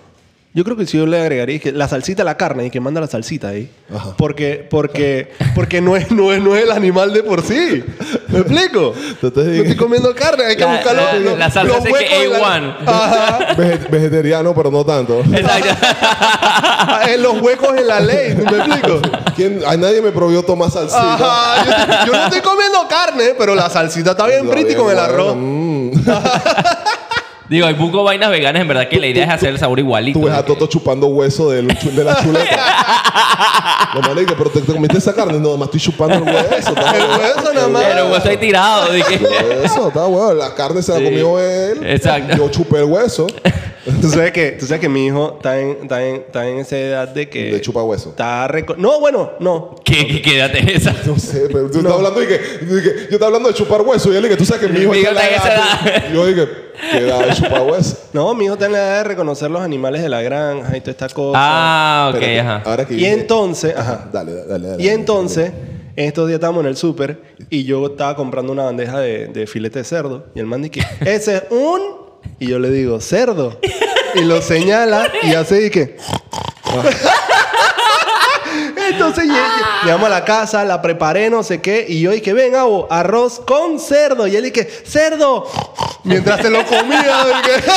yo creo que si yo le agregaría es que la salsita a la carne y que manda la salsita ahí. Ajá. Porque, porque, porque no, es, no, es, no es el animal de por sí. ¿Me explico? Entonces, no estoy comiendo carne, hay que La- buscar los- la- los- la salsa los hace que huecos en la- A1. Ajá. Veget- vegetariano, pero no tanto. Exacto. en los huecos en la ley, ¿me explico? ¿Quién? A nadie me prohibió tomar salsita. Ajá, yo, yo no estoy comiendo carne, pero la salsita está bien pretty con el arroz. Mm. Digo, hay busco vainas veganas, en verdad que la idea es hacer el sabor igualito. Tú ves a Toto chupando hueso del chu- de la chuleta. Lo malo es que, pero te, te comiste esa carne. No, además estoy chupando el hueso. está El huevón. hueso nada más. Pero hueso ahí tirado. Dije. Eso, está bueno. La carne se la Sí. comió él. Exacto. Yo chupé el hueso. Tú sabes que, tú sabes que mi hijo está en, está en, está en esa edad de que. Le chupa hueso. Está reco- No, bueno, no. ¿Qué, qué, quédate esa? No sé, pero tú estás hablando de que, de que- Yo estaba hablando de chupar hueso. Y él dije, tú sabes que mi hijo Mi hijo está en está en esa Yo dije, ¿qué edad de chupar hueso? No, mi hijo está en la edad de reconocer los animales de la granja y toda esta cosa. Ah, ok, Espérate, ajá. Ahora que Y viene- entonces, ajá. Dale, dale, dale. Y entonces, en estos días estábamos en el súper y yo estaba comprando una bandeja de, de filete de cerdo. Y el man dice, ese es un... Y yo le digo, cerdo. Y lo señala y hace y que... Entonces lle- lle- llegamos a la casa, la preparé, no sé qué, y yo dije, ven, Abo, arroz con cerdo. Y él dije, cerdo. Mientras se lo comía. dije,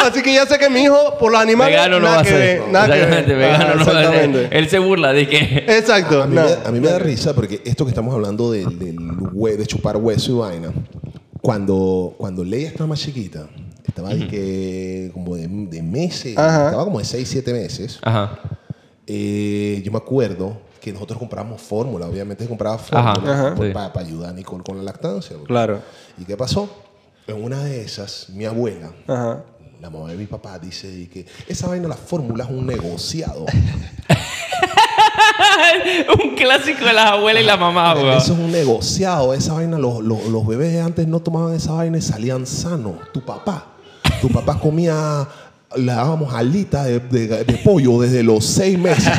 Así que ya sé que mi hijo, por los animales, Vegano no nada va a que ser. ver, nada que ver. Exactamente, Ajá, vegano no va a exactamente. Eh. ser. Él se burla, dije. Exacto. A mí, no. me, a mí me da risa porque esto que estamos hablando del, del hue- de chupar hueso y vaina, cuando, cuando Leia estaba más chiquita, estaba de que como de, de meses, Ajá. estaba como de 6, 7 meses, Ajá. eh, yo me acuerdo que nosotros compramos fórmula, obviamente compraba fórmula Ajá. por- Sí. para, para ayudar a Nicole con la lactancia. bro. Claro. ¿Y qué pasó? En una de esas, mi abuela, Ajá. la mamá de mi papá, dice de que esa vaina, la fórmula es un negociado. Un clásico de las abuelas y la mamá, weón. Eso es un negociado, esa vaina. Los, los- los bebés de antes no tomaban esa vaina y salían sanos. Tu papá, tu papá comía, le dábamos alitas de, de- de pollo desde los seis meses.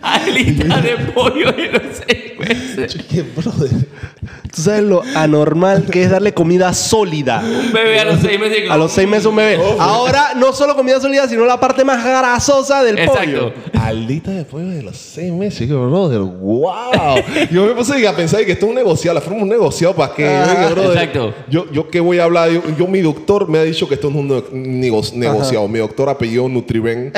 Alita de pollo y no sé. güey. Yo dije, "Brother, Tú sabes lo anormal que es darle comida sólida. Un bebé a los seis meses. A los seis meses un bebé. Ahora no solo comida sólida, sino la parte más grasosa del pollo. Exacto. alitas de pollo desde los seis meses. Yo dije, brother, wow. Yo me puse a pensar que esto es un negociado, la forma es un negociado para qué. Yo dije, "Brother, Exacto. Yo, yo qué voy a hablar. Yo, yo- mi doctor me ha dicho que esto es un ne- nego- negociado. Mi doctor apellido Nutriben.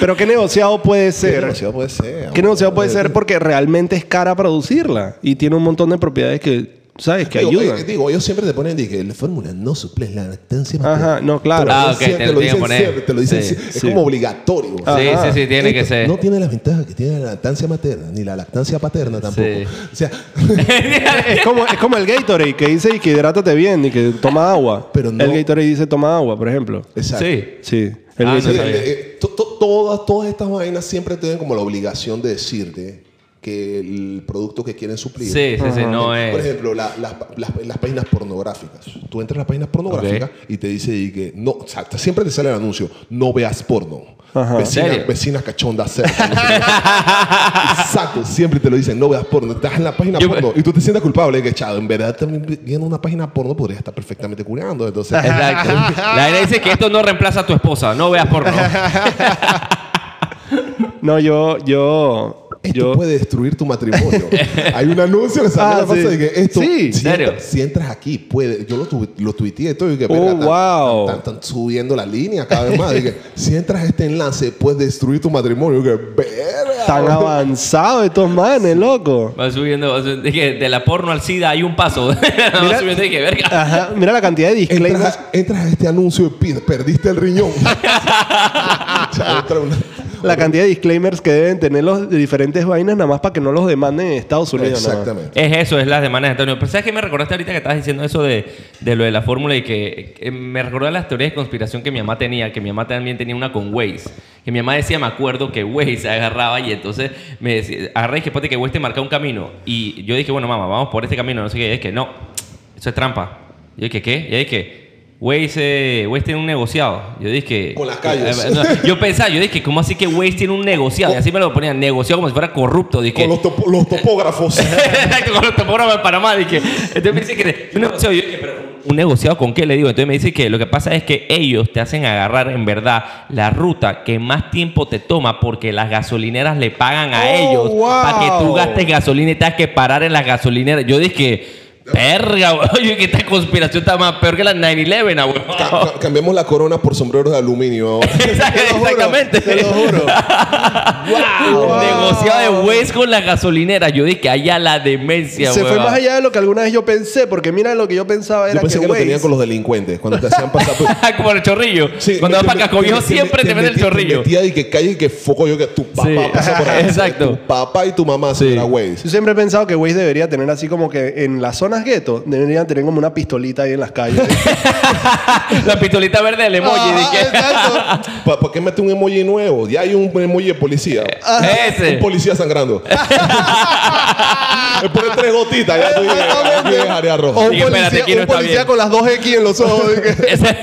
Pero qué negociado puede ¿Qué ser. negociado puede ser? ¿Qué negociado puede ser? Porque realmente es cara producirla. Y tiene un montón de propiedades que, ¿sabes? Que digo, ayudan. eh, digo, ellos siempre te ponen de que la fórmula no suple la lactancia Ajá, materna. no, claro. Pero Ah, lo ok, dicen- te te lo lo tienen dicen que poner. siempre, te lo dicen Sí, siempre. Es sí. como obligatorio. Sí, Ajá. sí, sí, tiene que Esto ser. No tiene las ventajas que tiene la lactancia materna, ni la lactancia paterna tampoco. Sí. O sea, Es como, es como el Gatorade que dice y que hidrátate bien y que toma agua. Pero no- El Gatorade dice toma agua, por ejemplo. exacto. sí. Sí. El Ah, no Eh, Gatorade. sabía. eh, to- to- todas, todas estas vainas siempre tienen como la obligación de decirte que el producto que quieren suplir. Sí, sí, sí, no Por es. ejemplo, la- las, las- las páginas pornográficas. Tú entras a las páginas pornográficas y te dice y que no, o sea, siempre te sale el anuncio, no veas porno. Ajá. Vecinas, ¿Serio? vecinas cachondas cerca, no sé qué. Exacto, siempre te lo dicen, no veas porno. Estás en la página Yo- porno y tú te sientes culpable que, chado, en verdad también viendo una página porno podrías estar perfectamente curando. Entonces, Exacto. La gente dice que esto no reemplaza a tu esposa, no veas porno. No, yo, yo, Esto yo. puede destruir tu matrimonio. Hay un anuncio que sale Ah, la cosa sí. de que esto. Sí. si, ¿Serio? entra- si entras aquí, puede. Yo lo, tu- lo tuiteé todo y que. Oh, wow. Están, subiendo la línea cada vez más. Y que, si entras a este enlace, puedes destruir tu matrimonio. Y que, verga. Tan avanzado estos manes, loco. Va subiendo, va subiendo. Dije, de la porno al SIDA hay un paso. Va Mira. subiendo y que verga. Ajá, mira la cantidad de disclaimers. Entras, entras a este anuncio y pi- perdiste el riñón. Chao, otra una- La cantidad de disclaimers que deben tener los de diferentes vainas nada más para que no los demanden en Estados Unidos. nada más. Exactamente. Es eso, es las demandas de Antonio. Pero ¿sabes qué me recordaste ahorita que estabas diciendo eso de, de lo de la fórmula y que eh, me recordó las teorías de conspiración que mi mamá tenía, que mi mamá también tenía una con Waze. Que mi mamá decía, me acuerdo que Waze se agarraba y entonces me decía, agarré y dije, "Ponte que Waze te marcaba un camino. Y yo dije, bueno, mamá, vamos por este camino. No sé qué. Y es que no, eso es trampa. Yo dije, ¿qué? Y ella dije, Waze, eh, Waze tiene un negociado. Yo dije... Con las calles. Eh, no, yo pensaba, yo dije, ¿cómo así que Waze tiene un negociado? Y así me lo ponían, negociado como si fuera corrupto. Eh, Dije, Con los, topo- los topógrafos. Exacto, con los topógrafos de Panamá. Dije, entonces me dice que un negociado. Yo dije, pero un negociado con qué le digo. Entonces me dice que lo que pasa es que ellos te hacen agarrar en verdad la ruta que más tiempo te toma porque las gasolineras le pagan a Oh, ellos wow. para que tú gastes gasolina y tengas que parar en las gasolineras. Yo dije, verga, weón. Yo dije, esta conspiración está más peor que la 9-11, ah, weón. Ca- ca- cambiamos la corona por sombreros de aluminio. ahora. Exact- Te lo juro, Exactamente. Te lo juro. Wow. Negociado de Waze con las gasolineras. Yo dije, allá la demencia, Se fue weón. más allá de lo que alguna vez yo pensé, porque mira lo que yo pensaba Yo era pensé que, lo Waze- tenían con los delincuentes. Cuando te hacían pasar por- Como el chorrillo. Sí, Cuando vas te- para te- Cascoviejo te- siempre te mete el metí- chorrillo. Te metía y que calle y que foco yo que tu papá Sí, pasa por ahí. exacto. Tu papá y tu mamá, señora Yo Waze. siempre he pensado que Waze debería tener así como que en las zonas gueto deberían tener como una pistolita ahí en las calles. La pistolita verde del emoji. Ah, Ah, dije. ¿Para qué mete un emoji nuevo? Ya hay un emoji de policía. Un ah, Ese. policía sangrando. Le pone tres gotitas. Ya tú dices, aquí es área roja. O un Dije, espérate, policía, aquí no un está policía bien. con las dos X en los ojos. Dije, Ese-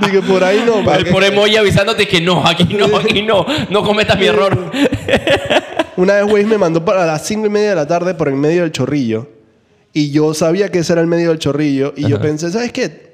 dije, por ahí no. man. El por emoji avisándote que no, aquí no, aquí no. No cometas mi error. Una vez Waze me mandó para las 5 y media de la tarde por el medio del chorrillo. Y yo sabía que ese era el medio del chorrillo. Y yo pensé, ¿sabes qué?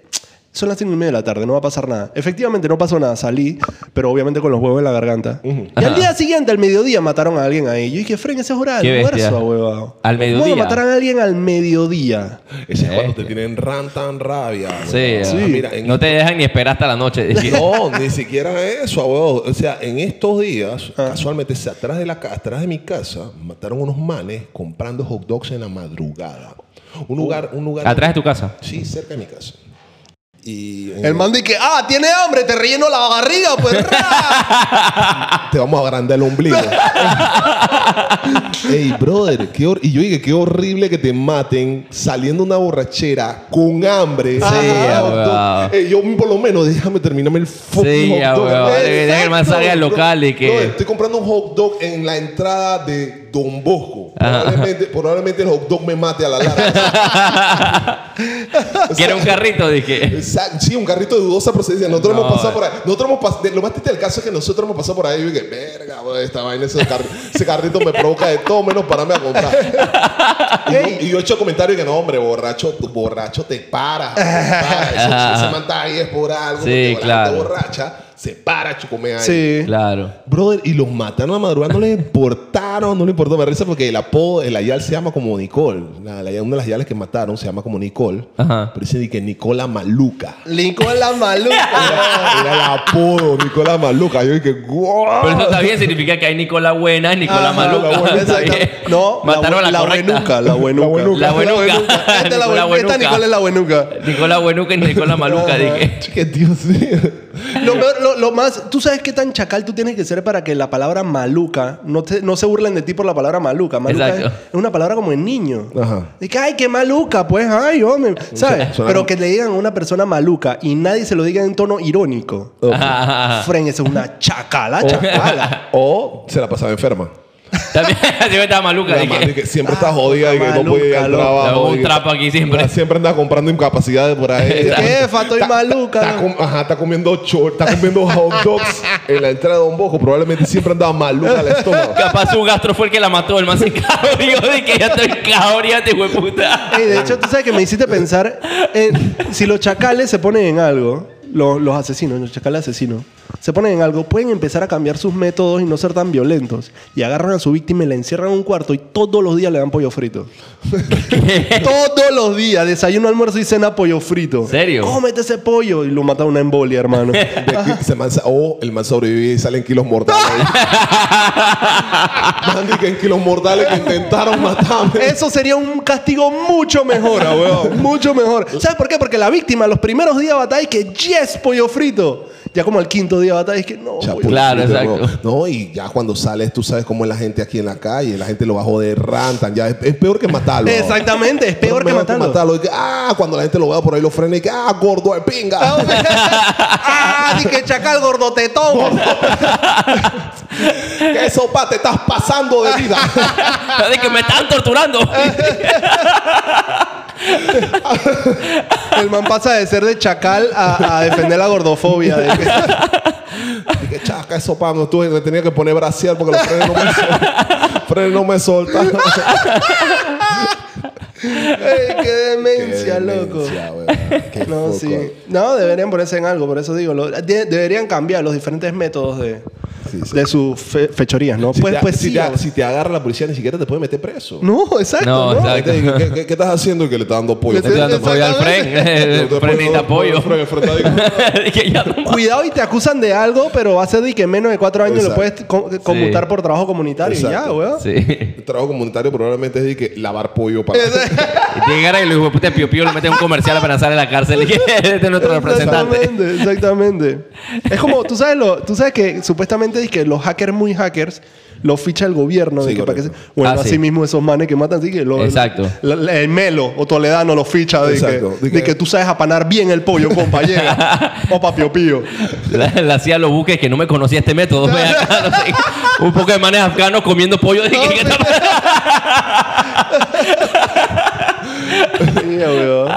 Son las 5 y media de la tarde, no va a pasar nada. Efectivamente, no pasó nada. Salí, pero obviamente con los huevos en la garganta. Y al Ajá. día siguiente, al mediodía, mataron a alguien ahí. Yo dije, Fren, esa es hora Qué de bestia. almuerzo, huevado. Al mediodía. ¿Cómo matarán a alguien al mediodía? Ese es cuando te tienen ran tan rabia. Sí, weón. Sí. Ah, Mira, en No te dejan ni esperar hasta la noche. dije. No, ni siquiera eso, abuelo. O sea, en estos días, casualmente, o sea, atrás de, la, ca- atrás de mi casa, mataron unos manes comprando hot dogs en la madrugada. Un lugar, un lugar. Atrás de tu casa. Sí, cerca de mi casa. Y eh, El man dice, ah, tiene hambre, te relleno la barriga, pues. ra". te vamos a agrandar el ombligo. Ey, brother, qué hor- y yo dije, qué horrible que te maten saliendo una borrachera con hambre. Ajá, hot dog. abuelo. Ey, yo por lo menos déjame terminarme el fucking Sí, hot dog. abuelo. Ey, Deja que el man Exacto, salga al bro. local y que- Bro, estoy comprando un hot dog en la entrada de Don Bosco. Ajá. Probablemente, probablemente el hot dog me mate a la larga. Que era un carrito, dije. Exacto. Sí, un carrito de dudosa procedencia. Nosotros No, eh. hemos pasado por ahí. Nosotros hemos pas- de- Lo más triste del caso es que nosotros hemos pasado por ahí y dije, verga, bro, esta vaina, ese, car- ese carrito me provoca de todo menos pararme a comprar. Y yo- y, yo he hecho comentarios que no, hombre, borracho, tú- borracho te paras. Te paras. Ese- Ese man está ahí es por algo. Sí, porque, bueno, claro. está borracha, se para, chocome ahí. sí. Claro. Brother, y los mataron a madrugada, no les importaron, no les importó. Me risa porque el apodo, el Ayal se llama como Nicole. La, la- una de las Ayales que mataron se llama como Nicole. Ajá. Pero dicen que Nicola Maluca. Lincoln la maluca. Era, era el apodo, Nicola Maluca. Yo dije, guau. Pero eso también significa que hay Nicola buena y Nicola Ajá, maluca. Ah, la buena, Está exacto. bien. No, Mataron la, a la, bu- la correcta. buenuca, la buenuca. buenuca. La buenuca. Esta es la buenuca. Nicola Esta buenuca. Nicola es la Ah, buenuca. Nicola buenuca y Nicola maluca, dije. Chique, Dios mío. Lo, peor- lo- lo más, tú sabes qué tan chacal tú tienes que ser para que la palabra maluca, no, te- no se burlen de ti por la palabra maluca. Maluca es, Exacto. es una palabra como de niño. Ajá. De que, ay, qué maluca, pues, ay, hombre. ¿Sabes? suena Pero como- que le digan a una persona maluca y nadie se lo diga en tono irónico. Ok. eh. Ajá, ajá, ajá. Fren, esa es una chacala, chacala. O se la pasaba enferma. También así me estaba maluca. La dije, madre que siempre está jodida y que no puede ir al "Ah, maluca, loco. trabajo. Un y- trapo aquí siempre. Siempre anda comprando incapacidades por ahí. Exacto. Jefa, estoy Está- maluca. Está, com- ajá, está comiendo short, está comiendo hot dogs en la entrada de Don Bosco. Probablemente siempre andaba maluca al estómago. Capaz su gastro fue el que la mató, el más se cabrió de que ya estoy cabría de hueputa. Ey, de hecho, tú sabes que me hiciste pensar en si los chacales se ponen en algo, lo- los asesinos, los chacales asesinos, se ponen en algo, pueden empezar a cambiar sus métodos y no ser tan violentos. Y agarran a su víctima y la encierran en un cuarto y todos los días le dan pollo frito. todos los días, desayuno, almuerzo y cena pollo frito. ¿En serio? Cómete ese pollo y lo mata a una embolia, hermano. De- se man- o el man sobrevive y salen kilos mortales. man, dije, en kilos mortales que intentaron matarme. Eso sería un castigo mucho mejor, ah, weón. Mucho mejor. ¿Sabes por qué? Porque la víctima, los primeros días de batalla, es que yes, pollo frito. Ya como el quinto día de batalla, es que no. Chapo, pollo Claro, frito, exacto. No, No, y ya cuando sales, tú sabes cómo es la gente aquí en la calle. La gente lo va a joder, rantan. Ya es, es peor que matarlo. Exactamente, es peor que Mejor matarlo. Y que, ah, cuando la gente lo vea por ahí, lo frena y que, ah, gordo de pinga. ah, dije chacal gordotetón. Que sopa te estás pasando de vida. de que me están torturando. El man pasa de ser de chacal a, a defender la gordofobia. de que- y que chaca, eso sopa no tuve, me tenía que poner bracial porque los frenes no me soltan. frenes no me soltan. Ey, qué demencia, Qué loco. demencia, weón. Qué No, foco. sí. No, deberían ponerse en algo, por eso digo. lo- de- deberían cambiar los diferentes métodos de, Sí, sí. de sus fe- fechorías, ¿no? Si, pues te, pues si sí. te- ah, si te agarra la policía, ni siquiera te puede meter preso. No, exacto. No, ¿no? exacto. Ahí te dicen, ¿Qué, qué, qué estás haciendo? Y que le está dando pollo. Le estoy dando pollo al Fren. Fren necesita pollo. Fren enfrentado y que- Dije, ya no más. Cuidado y te acusan de algo, pero va a ser de que menos de cuatro años lo puedes Exacto. co- conmutar por trabajo comunitario y ya, Exacto. weón. Sí. El trabajo comunitario probablemente es de que lavar pollo para. Y llegara y los hijos de pio pio le meten un comercial para salir a la cárcel. Dije, este es nuestro representante. Exactamente, exactamente. Es como, tú sabes, lo, tú sabes que supuestamente dice que los hackers muy hackers los ficha el gobierno. de Sí, que para que se- correcto. bueno, Ah, así sí. mismo esos manes que matan, así que lo- Exacto. la- la- el Melo o Toledano los ficha de que, Exacto. de que tú sabes apanar bien el pollo, compañera. o papio pío. La, la CIA lo busca y que no me conocía este método. Ve acá, no sé. Un poco de manes afganos comiendo pollo. Dije, ¿qué está pasando? Mira, weón.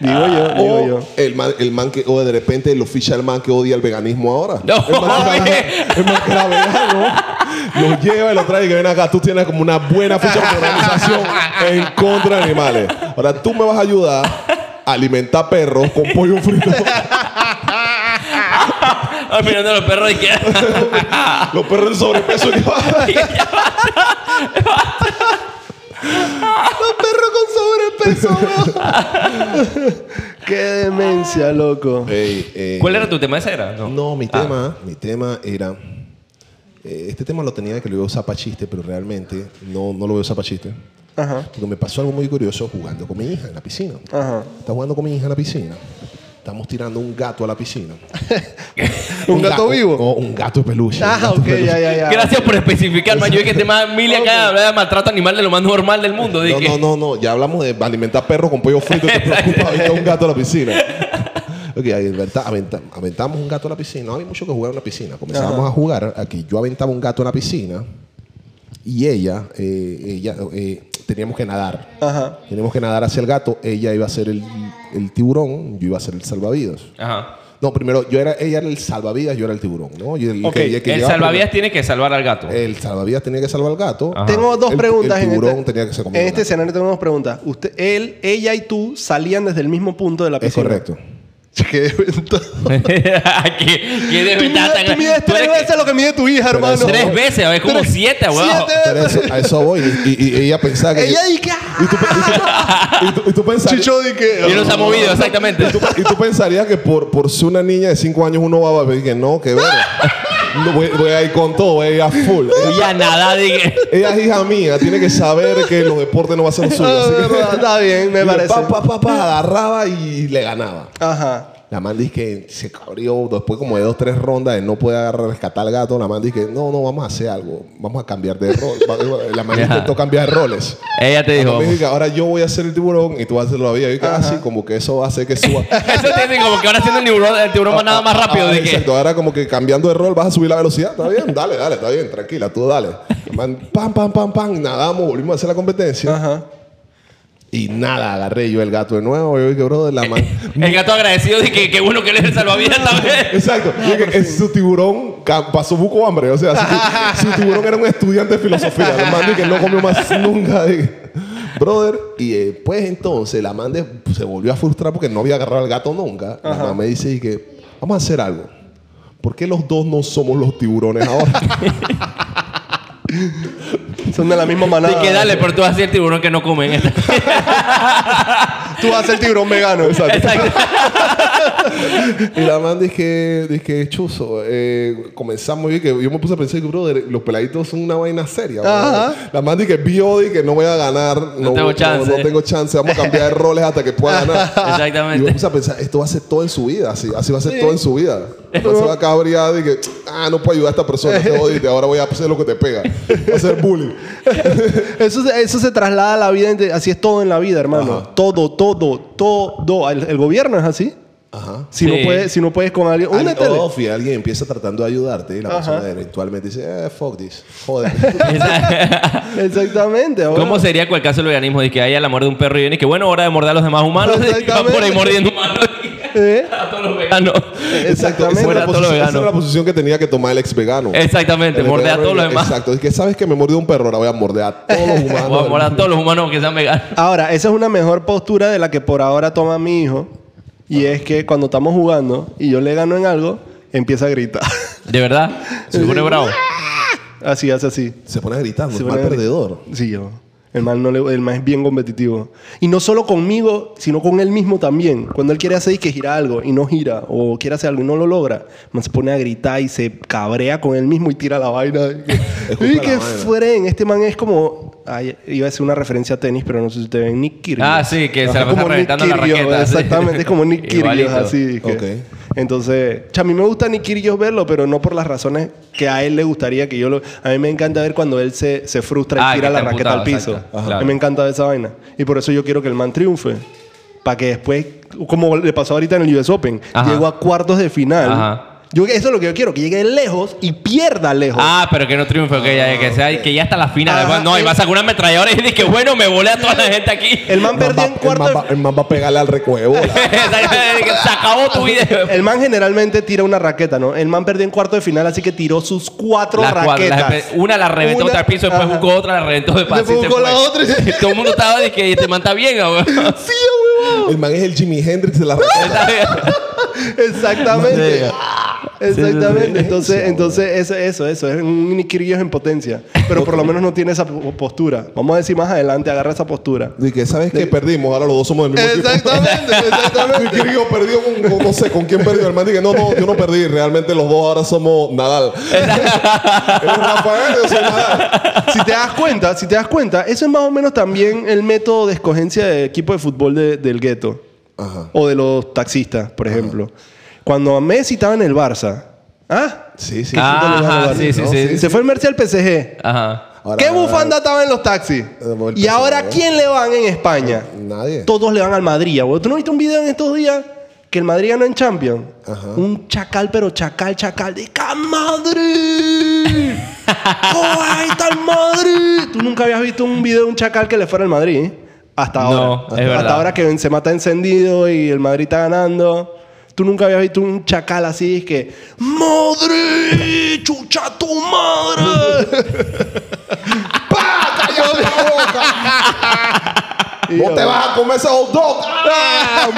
Digo Ah, yo, digo yo. O el man, el man que, o de repente lo ficha el man que odia el veganismo ahora. No, el, man que era, oye. el man que era vegano. Lo lleva y lo trae y que ven acá. Tú tienes como una buena ficha de organización en contra de animales. Ahora tú me vas a ayudar a alimentar perros con pollo frito. Ah, mirando a los perros. Dije, Los perros en sobrepeso y que va- Los perros con sobrepeso, Qué demencia, loco. Ey, ey. ¿Cuál era tu tema? ¿Esa era? No, No, mi Ah. tema, mi tema era. eh, este tema lo tenía que lo veo zapachiste, pero realmente no, no lo veo zapachiste. Ajá, Porque me pasó algo muy curioso jugando con mi hija en la piscina. ajá. Está jugando con mi hija en la piscina. Estamos tirando un gato a la piscina. ¿Un gato vivo? No, un gato de peluche. un Ah, gato de ok, peluche. ya, ya, ya. Gracias por especificar, man. Yo dije que este más mil acá habla de maltrato animal de lo más normal del mundo. No, Dije, no, no, no. Ya hablamos de alimentar perros con pollo frito. Te preocupa ahorita un gato a la piscina. Ok, ahí aventa- aventa- aventamos un gato a la piscina. No había mucho que jugar en la piscina. Comenzábamos a jugar. Aquí yo aventaba un gato en la piscina y ella, eh, ella eh, teníamos que nadar. Ajá. Teníamos que nadar hacia el gato. Ella iba a ser el, el tiburón, yo iba a ser el salvavidas. Ajá. No, primero, yo era, ella era el salvavidas, yo era el tiburón, ¿no? Yo, el Ok, que- que El llegaba salvavidas tiene que salvar al gato. primero. El salvavidas tenía que salvar al gato. Ajá. Tengo dos El- preguntas el tiburón en este, tenía que ser como en un este gato. escenario. Tengo dos preguntas. Usted, él, ella y tú salían desde el mismo punto de la Es piscina. correcto. Qué desventaja. ¿Qué, qué Tú desventaja mides, tan tú grande? mides Tú tres eres que- veces lo que mide tu hija, Pero hermano. eso- Tres veces, a ver, como Tres- siete, weón. Siete. Pero eso- a eso voy. Y, y- y ella pensaba que. Ella y que. "Ah, y tú, y tú- y tú- y tú pensarías- Chicho di que. Y no se ha movido, exactamente. y tú- y tú pensarías que por, por ser una niña de 5 años uno va a ver que no, que verga. No, voy, voy a ir con todo, voy a ir a full. Ella, Ya nada, dije. ella es hija mía, tiene que saber que los deportes no va a ser lo suyo. Ah, así que- verdad, Está bien, me y parece. Pa, pa, pa, pa, agarraba y le ganaba. Ajá. La man dice que se cabrió después como de dos, tres rondas de no poder agarrar, rescatar al gato. La man dice que no, no, vamos a hacer algo. Vamos a cambiar de rol. Va- La man Ajá. intentó cambiar de roles. Ella te La dijo. man "Vamos". dice que ahora yo voy a ser el tiburón y tú vas a ser la vida. Y que así como que eso va a hacer que suba. Eso tiene como que ahora siendo el tiburón, el tiburón va nada más rápido. Ah, de que, Exacto, ahora como que cambiando de rol vas a subir la velocidad. Está bien, dale, dale, está bien, tranquila, tú dale. Man, pam, pam, pam, pam, nadamos, volvimos a hacer la Ah. competencia. Ajá. Y nada, agarré yo el gato de nuevo. Yo dije, bro, de la man. el gato agradecido de que, que uno que le salvavidas también. Exacto, yo dije, es su tiburón ca- pasó buco hambre. O sea, su, su tiburón era un estudiante de filosofía. La man que no comió más nunca. dije. Brother, y eh, pues entonces la man de- se volvió a frustrar porque no había agarrado al gato nunca. La man me dice, que vamos a hacer algo. ¿Por qué los dos no somos los tiburones ahora? Son de la misma manada. De que dale, pero tú vas a ser el tiburón que no come en esta. Tú vas a ser tiburón vegano. Exacto. Exacto. Y la man dije, dije chuzo, eh, comenzamos y que yo me puse a pensar que, brother, los peladitos son una vaina seria. Ajá. brother. La man dije, vio y que no voy a ganar, no, tengo chance. no tengo chance, vamos a cambiar de roles hasta que pueda ganar. Y yo me Exactamente. puse a pensar, esto va a ser todo en su vida, así, así va a ser Sí. todo en su vida. Entonces va a cabrear y que, ah, no puedo ayudar a esta persona, te jodiste, ahora voy a hacer lo que te pega, va a hacer bullying. Eso, se- eso se traslada a la vida. ente- Así es todo en la vida, hermano. Ajá. Todo, todo, todo. El, el gobierno es así. Ajá. Si, Sí. no puedes, si no puedes con alguien, Al- únete. off, y alguien empieza tratando de ayudarte y la Ajá. persona eventualmente dice, eh, fuck this, joder. Exacto. Exactamente. ahora. ¿Cómo sería cual caso el veganismo? De que haya la muerte de un perro y viene y que bueno, hora de morder a los demás humanos. Y va por ahí Exactamente. mordiendo humanos. ¿Eh? A todos los veganos. Exacto, esa Exactamente. era, Fuera la todo lo posición, esa vegano. era la posición que tenía que tomar el ex vegano. Exactamente, El morder a vegano todos los era- demás. Exacto, es que sabes que me mordió un perro, ahora voy a morder a todos los humanos. Voy a del morder a todos los humanos que sean veganos. Ahora, esa es una mejor postura de la que por ahora toma mi hijo. Y es que cuando estamos jugando y yo le gano en algo, empieza a gritar. De verdad. Se pone bravo. así, hace así. mundo. Se pone gritando, Se mal pone a gritar. perdedor. Sí, yo. El man, no le- el man es bien competitivo. Y no solo conmigo, sino con él mismo también. Cuando él quiere hacer y que gira algo y no gira, o quiere hacer algo y no lo logra, el man se pone a gritar y se cabrea con él mismo y tira la vaina. Escupa y la que vaina. fren, este man es como. ay, iba a hacer una referencia a tenis, pero no sé si ustedes ven Nick Kyrgios. Ah, sí, que se Ajá, la pasa como Nick reventando la Kyrgios, raqueta. sí. Exactamente, es como Nick Kyrgios, Igualito. así. que- Ok. Entonces, cha, a mí me gusta Nick Kyrgios verlo, pero no por las razones que a él le gustaría que yo lo... A mí me encanta ver cuando él se, se frustra y Ah, tira que la está raqueta al emputado, piso. exacto. A Ajá. mí me encanta esa vaina. Y por eso yo quiero que el man triunfe. Para que después, como le pasó ahorita en el US Open, Ajá. llegó a cuartos de final. Ajá. Yo, eso es lo que yo quiero, que llegue lejos y pierda lejos. Ah, pero que no triunfe, que ya, que sea, que ya hasta la final. Ajá, no, y el- vas a sacar una ametralladora y dices que bueno, me volé a toda la gente aquí. el man El man perdió va- en cuartos el man va- el man va a pegarle al recogido de bola. Exactamente, que Se acabó tu video. El man generalmente tira una raqueta, ¿no? El man perdió en cuarto de final, así que tiró sus cuatro Las cuatro, raquetas. las empe- una la reventó Una- otra al piso, después Ajá. buscó otra, la reventó de paso. Después buscó la otra y- Todo el mundo estaba de que este man está bien, güey. ¡Sí, huevón! El man es el Jimi Hendrix de la raqueta. Exactamente. Ah, Llega. Exactamente. sí. Entonces, Sí, entonces eso, eso, eso. Es un niquirillo en potencia. Pero por lo menos no tiene esa po- postura. Vamos a decir más adelante, agarra esa postura. Y que sabes que perdimos, ahora los dos somos del mismo equipo. Exactamente, Mi querido perdió con, con- no sé con quién perdió. El man dice, no, no, yo no perdí. Realmente los dos ahora somos Nadal. Él es Rafael, yo soy Nadal. si te das cuenta, si te das cuenta, eso es más o menos también el método de escogencia de equipo de fútbol de- del gueto. Ajá. O de los taxistas, por ejemplo. Cuando a Messi estaba en el Barça. ¿Ah? Sí, sí. Ajá, sí, sí, No, sí. Se fue el Merce al PSG. Ajá. Ahora- ¿Qué bufanda estaba en los taxis? el ¿Y PSG, ahora ¿eh? a quién le van en España? Nadie. Todos le van al Madrid. abuelo. ¿Tú no viste un video en estos días que el Madrid ganó en Champions? Ajá. Un chacal, pero chacal, chacal. ¡De ¡Ca Madrid! ¡Oh, ahí está el Madrid! Tú nunca habías visto un video de un chacal que le fuera al Madrid. ¿eh? Hasta No, ahora. es Hasta- hasta, verdad. ahora que Benzema está encendido y el Madrid está ganando. Tú nunca habías visto un chacal así es que... ¡Madrid! ¡Chucha tu madre! ¡Pah! ¡Cállate la boca! Y ¡No yo, te vas a comer ese hot dog! ¡Ah,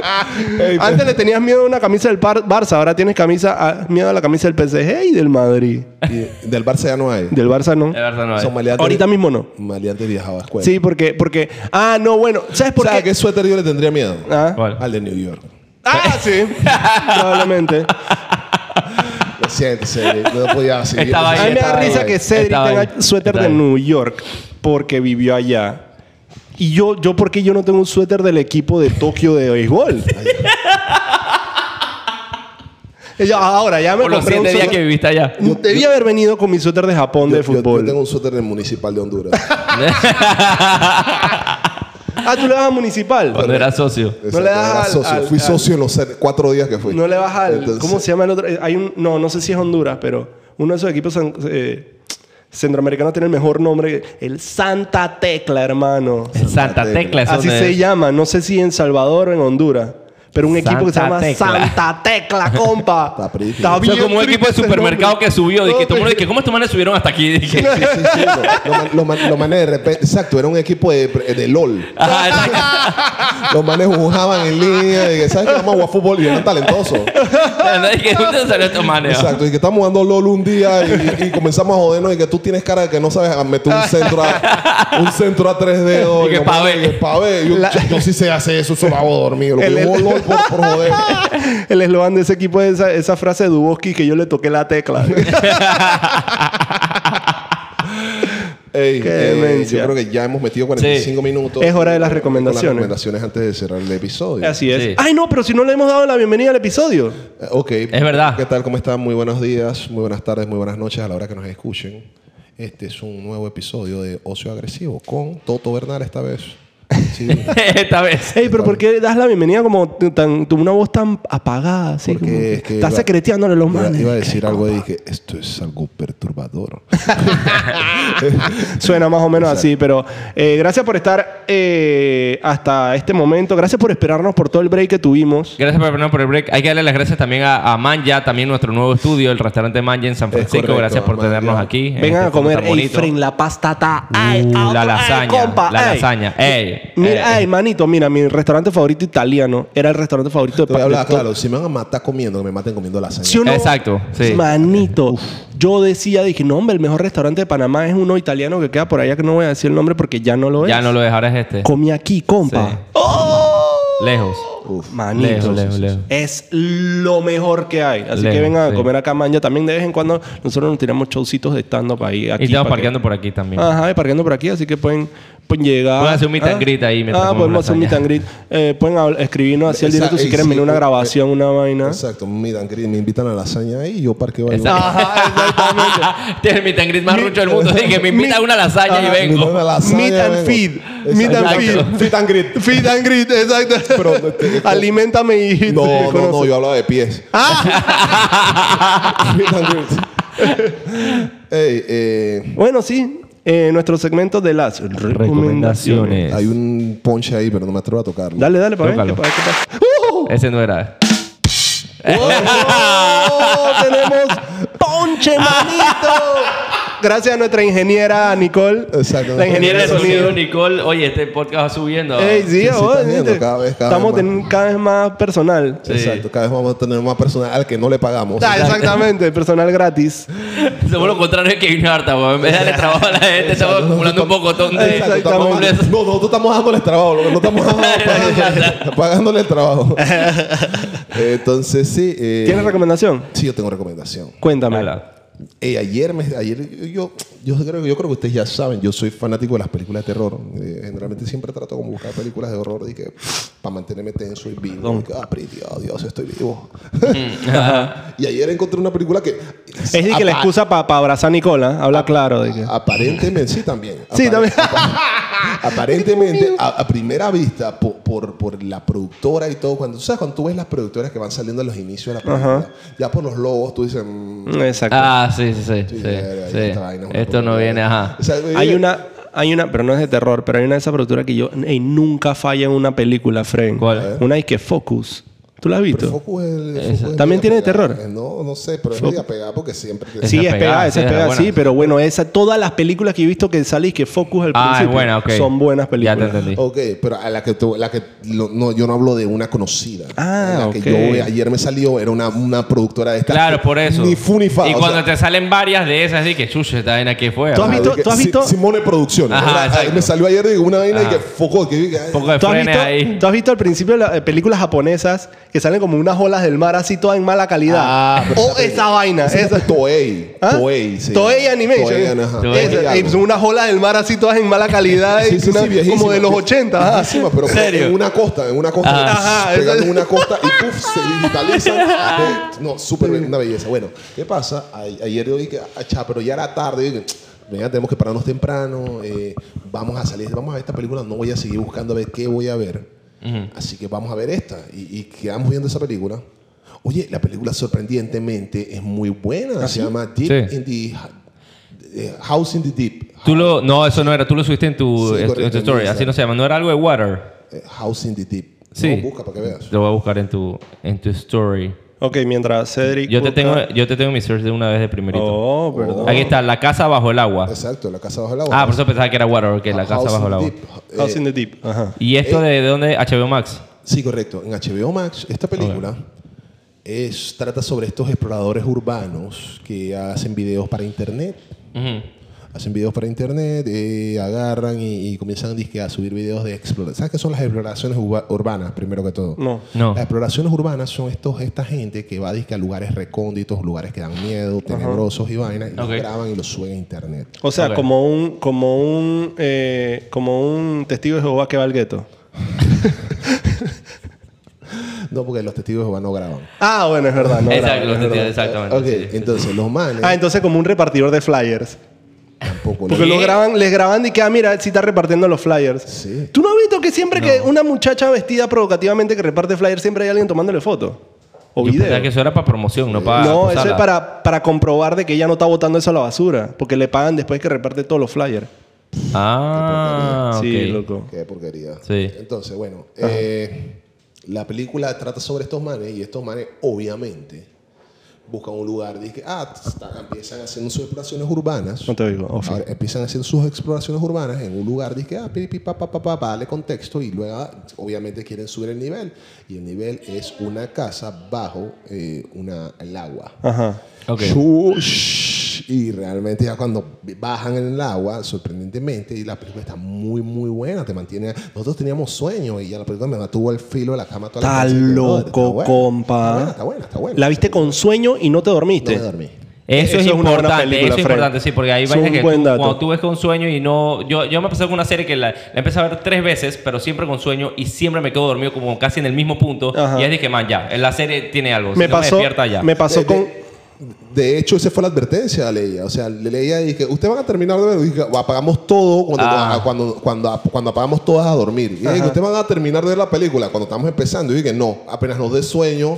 madre! Ey, Antes le tenías miedo a una camisa del Par- Barça, ahora tienes camisa a- miedo a la camisa del PSG y del Madrid. y del Barça ya no hay. Del Barça no. Es verdad, no es. Son maleantes. Ahorita mismo no. Maleantes viajaba a escuela. Sí, porque, porque. Ah, no, bueno. ¿Sabes por ¿Sabes a qué? qué suéter yo le tendría miedo? Ah, ¿Cuál? Al de New York. Ah, sí. Probablemente. Lo siento, Cedric, No podía seguir. Estaba A ahí, mí me da estaba risa ahí. que Cedric Estaba tenga ahí. suéter Estaba de ahí. New York porque vivió allá. Y yo, yo ¿por qué yo no tengo un suéter del equipo de Tokio de béisbol? Y yo, "Ah, ahora ya me Por los compré un siete días que suéter. viviste allá. Debí haber venido con mi suéter de Japón Yo- de yo- fútbol. Yo tengo un suéter del municipal de Honduras. Ah, tú le vas a municipal. Cuando era socio. Exacto, le das era al- socio. al- fui al- socio en los set- cuatro días que fui. No le vas al. Entonces, ¿Cómo se llama el otro? Eh, Hay un, no, no sé si es Honduras, pero uno de esos equipos san- eh, centroamericanos tiene el mejor nombre. El Santa Tecla, hermano. Santa Tecla. eso Así donde- se llama. No sé si en Salvador o en Honduras. Pero un equipo que se Santa llama Tecla. Santa Tecla, compa. Está pretty. O sea, como un triste equipo de ese supermercado nombre. que subió. Dije, No, todo el mundo pero- dije, ¿cómo estos manes subieron hasta aquí? Dije, Sí, sí, sí, lo, lo man- lo man- lo mané de repente. Exacto, era un equipo de, de LOL. ajá, exacto. Los manes jugaban en línea. Y que, ¿Sabes que vamos a jugar fútbol? Y eran talentosos. ¿Verdad? Dije, ¿dónde salió este estos manes? Exacto, y que estamos jugando LOL un día y, y comenzamos a jodernos. Y que tú tienes cara de que no sabes meter un centro a, un centro a tres dedos. Y que los pa' manes, ver. y que pa' ver. Yo, La- yo- yo sí sé hacer eso, eso lo hago dormido. Lo que El- yo juego el- LOL por, por joder. El eslogan de ese equipo es esa, esa frase de Duboski que yo le toqué la tecla. Ey, Qué eh, demencia. yo creo que ya hemos metido 45 minutos. Es hora de las Con recomendaciones. recomendaciones antes de cerrar el episodio. Así es. Sí. Ay, no, pero si no le hemos dado la bienvenida al episodio. Eh, Ok. Es verdad. ¿Qué tal? ¿Cómo están? Muy buenos días, muy buenas tardes, muy buenas noches a la hora que nos escuchen. Este es un nuevo episodio de Ocio Agresivo con Toto Bernal esta vez. Sí, Esta vez. Ey, pero ¿por qué das la bienvenida como t- tan, con una voz tan apagada? Así, Porque como que es que estás iba- secreteándole a los iba, manes. iba a decir algo y dije, esto es algo perturbador. Suena más o menos así, pero eh, gracias por estar eh, hasta este momento. Gracias por esperarnos por todo el break que tuvimos. Gracias por, no, por el break. Hay que darle las gracias también a, a Manja, también nuestro nuevo estudio, el restaurante Manja en San Francisco. correcto, gracias por Manja. tenernos aquí. en Vengan este a comer, tan ey, bonito. friend, la pasta está. Ay, Uh, auto, la ay, lasaña, compa, la ay. lasaña. Eh, Ey, Mira, ey. ay, manito, mira, mi restaurante favorito italiano era el restaurante favorito de Te voy a pa- de hablar todo- claro, si me van a matar comiendo, que me maten comiendo lasaña. ¿Sí o no? Exacto, sí. Manito, yo decía, dije, no, hombre, el mejor restaurante de Panamá es uno italiano que queda por allá, que no voy a decir el nombre porque ya no lo es. Ya no lo es, ahora es este. Comí aquí, compa. Oh, Sí. Lejos. Uf. Manito. Lejos, lejos, lejos. Es lo mejor que hay. Así Lejos, que vengan a sí. comer acá mañana. También de vez en cuando nosotros nos tiramos showcitos de stand-up ahí. Aquí y estamos para parqueando que- Ah. por aquí también. Ajá, y parqueando por aquí, así que pueden, pueden llegar. Pueden hacer un meet and greet ahí mientras Ah, comemos podemos hacer un meet lasaña. and greet. Eh, pueden habl- escribirnos hacia el Esa- directo si eh, quieren sí, venir a una porque- grabación, una vaina. Exacto, miran, Chris, me invitan a lasaña ahí y yo parqueo ahí. Exacto. Ajá, exactamente. Tiene el meet and greet más rucho del mundo. Dije, me invita a una lasaña Ah, y Me invitan a vengo. lasaña, Meet and vengo. feed. Exacto. Meet and Exacto. feed. Feed and greet. Feed and greet, exacto. Pero, este, Alimentame y No, no, no, yo hablaba de pies. Ah. Ey, eh, Bueno, sí. eh, nuestro segmento de las recomendaciones. hay un ponche ahí, pero no me atrevo a tocarlo. Dale, dale, para ver, Tócalo. que- para ver qué pasa. Ese no era. ¡Oh! Tenemos ponche, manito. Gracias a nuestra ingeniera Nicole. Exacto. La ingeniera de Ingeniero de sonido, sonido. Nicole. Oye, este podcast va subiendo. Ey, sí, sí, oh, están viendo, ¿viste? cada vez- cada Estamos vez más. teniendo cada vez más personal. Exacto, cada vez vamos a tener más personal al que no le pagamos. Ah, exactamente, personal gratis. Somos lo contrario que Kevin Hart, weón. En vez de darle trabajo a la gente, estamos acumulando un pocotón de... Exacto, estamos- Exactamente. no, nosotros estamos dándoles trabajo, lo que no estamos dando- pagándole, pagándole el trabajo. Entonces, sí. eh, ¿Tienes recomendación? Sí, yo tengo recomendación. Cuéntame. Mala. Eh, ayer, me, ayer yo, yo, creo, yo creo que ustedes ya saben, yo soy fanático de las películas de terror. Eh, generalmente siempre trato como buscar películas de horror y que para mantenerme tenso y vivo. Y que, ah, pretty, oh, Dios, estoy vivo. y ayer encontré una película que... Es decir, que la apa- excusa para abrazar a Nicola, habla claro. De que... Aparentemente, sí, también. Sí, también. apa- aparentemente, a, a primera vista, po- por, por la productora y todo, cuando, tú ¿sabes? Cuando tú ves las productoras que van saliendo a los inicios de la película, ya por los logos tú dices... mm, Exacto. Ah, sí, sí, sí. sí, Sí, sí. verga, esta vaina es una Esto no porquería. viene, ajá. O sea, hay eh, una, hay una, pero no es de terror, pero hay una de esas productoras que yo ey, nunca falla en una película, Frank. ¿Cuál? Una es que Focus. ¿tú la has pero visto? Focus es- Focus es También media tiene terror. pegada. pues, No, no sé, pero es media pegada porque siempre. te- Esa Sí, es es pegada, pegada, esa sí, es es pegada, buena. sí, pero bueno, esa, todas las películas que he visto que sale y que Focus al Ah, principio es buena, ok. son buenas películas. Ya te entendí. Ok, pero a la que, tú- la que lo- no, yo no hablo de una conocida. Ah, la que ok. yo ayer me salió era una, una productora de esta. Claro, por eso. Ni fu ni fa. Y o sea, cuando te salen varias de esas, así que chucho, esta vaina que fue. ¿Tú has ah, ¿verdad? visto- de que tú has Si- visto- Simone Producciones. Ajá, Era- exacto. me salió ayer de una vaina y Ajá. que foco que dije, ay, Un poco de ¿Tú has, frenes visto, Pues ahí. tú has visto al principio la- eh, películas japonesas que salen como unas olas del mar así todas en mala calidad. Ah, pero o espérate. esa vaina. Ese Esa. es Toei. ¿Ah? Toei. se Toei llama. Animation. Toei, ajá. Toei. Esa, Toei y algo. son unas olas del mar así todas en mala calidad. Sí, sí, una- sí, viejísima. como de los Sí, 80. ajá. Viejísima, pero serio? en una costa, en una costa. Ajá, pss, eso pegando es. en una costa y puff, se digitalizan. Eh, no, súper una belleza. Bueno, ¿qué pasa? A- ayer yo dije, achá, pero ya era tarde. Yo dije, Venga, tenemos que pararnos temprano. eh, vamos a salir, vamos a ver esta película. No voy a seguir buscando a ver qué voy a ver. Así que vamos a ver esta. Y, y quedamos viendo esa película. Oye, la película sorprendentemente es muy buena. Se llama Deep Sí. in the eh, House in the Deep. Tú lo, no, eso no era. Tú lo subiste en tu, Sí, en tu- en tu correcto, en story. Instagram. Así no se llama. No era algo de water. Eh, House in the Deep. Sí. No, busca para que veas. Lo voy a buscar en tu, en tu story. Ok, mientras Cedric. Yo te, busca- tengo, yo te tengo mi search de una vez de primerito. Oh, perdón. Aquí está, la casa bajo el agua. Exacto, la casa bajo el agua. Ah, por eso pensaba que era water, ok, la casa House bajo in el agua. Deep. Eh, House in the Deep. Ajá. ¿Y esto de, de dónde? HBO Max. sí, correcto. En HBO Max, esta película es, trata sobre estos exploradores urbanos que hacen videos para internet. Ujú. Hacen videos para internet, eh, agarran y, y comienzan dizque, a subir videos de exploración. ¿Sabes qué son las exploraciones uba- urbanas, primero que todo? No. No. Las exploraciones urbanas son estos, esta gente que va dizque, a lugares recónditos, lugares que dan miedo, tenebrosos y vainas, y Ok. los graban y los suben a internet. O sea, Ok. como un, como un, eh, como un testigo de Jehová que va al gueto. No, porque los testigos de Jehová no graban. Ah, bueno, es verdad. No, Exacto, bravo, es los testigos, verdad. exactamente. Ok, sí. entonces los manes Ah, entonces como un repartidor de flyers. tampoco Porque lo- lo graban, les graban y que, ah, mira, si está repartiendo los flyers. Sí. ¿Tú no has visto que siempre que una muchacha vestida provocativamente que reparte flyers, siempre hay alguien tomándole foto? O Yo video. pensaba que eso era para promoción, no para. no, eso usarla. es para, para comprobar de que ella no está botando eso a la basura. Porque le pagan después que reparte todos los flyers. Ah, ok. Sí, loco. Qué porquería. Sí. Entonces, bueno, eh, la película trata sobre estos manes y estos manes, obviamente, buscan un lugar. Dicen, ah, está- empiezan haciendo sus exploraciones urbanas. No te oigo. Ofi. Ahora, empiezan haciendo sus exploraciones urbanas en un lugar, dice, ah, pi, pi, pa, pa, pa, pa, pa, dale contexto y luego, ah, obviamente, quieren subir el nivel. Y el nivel es una casa bajo eh, una, el agua. Ajá. Ok. Shush. Y realmente ya cuando bajan en el agua, sorprendentemente, y la película está muy, muy buena, te mantiene... Nosotros teníamos sueños y ya la película me mantuvo al filo de la cama toda la Está noche. Y yo, "Brother, loco, buena, compa. Está buena, está buena, está buena. La viste con sueño y no te No dormiste. me dormí. Eso, es Eso es una buena importante, película, eso es Fred. importante, sí, porque hay Es vainas un que buen tú- dato. cuando tú ves con sueño y no... Yo, yo me pasé con una serie que la, la empecé a ver tres veces, pero siempre con sueño y siempre me quedo dormido como casi en el mismo punto. Ajá. Y ahí dije, man, ya, la serie tiene algo. si me, no pasó, me despierta ya. me pasó De- con... de- De hecho, esa fue la advertencia de Leia. O sea, Leia dije, ustedes van a terminar de ver, dije, apagamos todo cuando, Ah. ah, cuando, cuando, cuando apagamos todas a dormir. Y dije, ustedes van a terminar de ver la película cuando estamos empezando. Y dije, no, apenas nos dé sueño,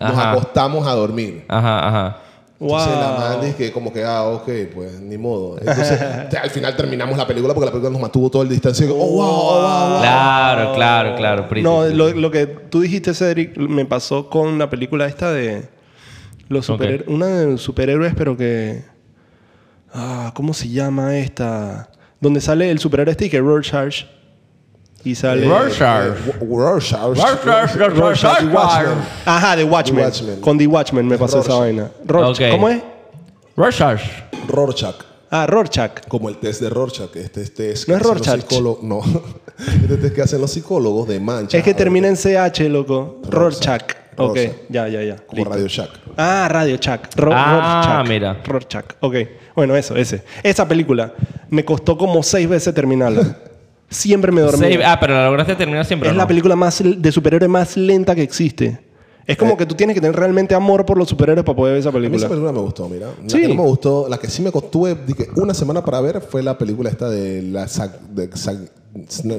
nos Ajá. acostamos a dormir. Ajá, ajá. Entonces la man Wow. dice que como que, ah, ok, pues ni modo. Entonces al final terminamos la película porque la película nos mantuvo todo el distancia. Oh, wow, oh, wow, wow. Claro, claro, claro. pretty, No, pretty. lo, lo que tú dijiste, Cedric, me pasó con la película esta de los Ok. superhéroes. Una de los superhéroes, pero que. Ah, ¿cómo se llama esta? Donde sale el superhéroe este y que Rorschach. Y sale. Rorschach. Eh, Rorschach. Rorschach, Rorschach, Rorschach y Watchmen. Ajá, The Watchmen. The Watchmen. Con The Watchmen me pasó esa Rorschach. vaina. Rorschach. Ok. ¿Cómo es? Rorschach. Rorschach. Ah, Rorschach. Como el test de Rorschach. Este es test No es que hacen los Rorschach. psicólogos- No. Este test que hacen los psicólogos de mancha. eh, Es que termina en CH, loco. Rorschach. Rorschach. Ok, Rorschach. ya, ya, ya. Como Listo. Radio Shack. Ah, Radio Chuck. Ro- Ah, Rorschach. mira. Rorschach. Ok. Bueno, eso, ese. Esa película me costó como seis veces terminarla. Siempre me dormí. Save- ah, pero la lograste terminar siempre. es ¿o no? la película más l- de superhéroe más lenta que existe. Es Eh. como que tú tienes que tener realmente amor por los superhéroes para poder ver esa A mí esa película. película me gustó, mira. La Sí. que no me gustó, la que sí me costó una semana para ver fue la película esta de la Zack- de Zack-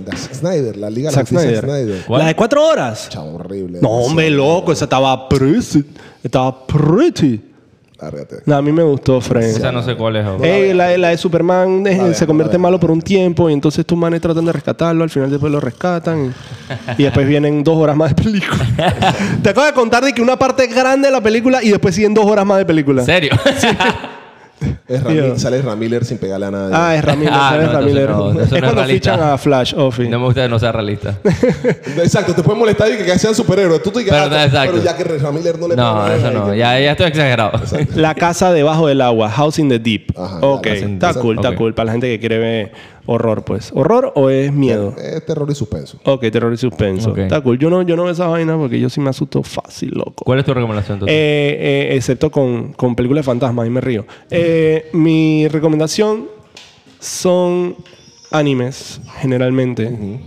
Zack Snyder, la Liga de la Zack Justicia de Snyder. Snyder. ¿Cuál? La de cuatro horas. Chavo, horrible. No, hombre, loco. Esa estaba pretty. Estaba pretty. Lárgate. No, a mí me gustó, Frank. Esa no sé cuál es. ¿o? Ey, la, la de Superman eh, La veo, se convierte la en veo. malo por un tiempo y entonces tus manes tratan de rescatarlo, al final después lo rescatan y, y después vienen dos horas más de película. Te acabo de contar de que una parte es grande de la película y después siguen dos horas más de película. ¿En serio? Es Ramil- Tío. sale Ramiller sin pegarle a nadie. Ah, es Ramírez, Ah, ¿sabes, no, entonces Ramírez? no, eso no es es cuando realista. fichan a Flash, oh, Ofi. No me gusta que no sea realista. Exacto, te puedes molestar y que- que sean superhéroes. Tú te digas, Pero ah, no, exacto. pero ya que Ramiller no le No, pega eso nada, no. y Ya, ya estoy exagerado. La casa debajo del agua, House in the Deep. Ajá, ok, la casa in- está cool, está Ok. cool. Para la gente que quiere ver Horror, pues. ¿Horror o es miedo? Es terror y suspenso. Ok, terror y suspenso. Ok. Está cool. Yo no, yo no veo esa vaina porque yo sí me asusto fácil, loco. ¿Cuál es tu recomendación? entonces? Eh, eh, excepto con, con películas de fantasmas, ahí me río. Eh, mi recomendación son animes, generalmente.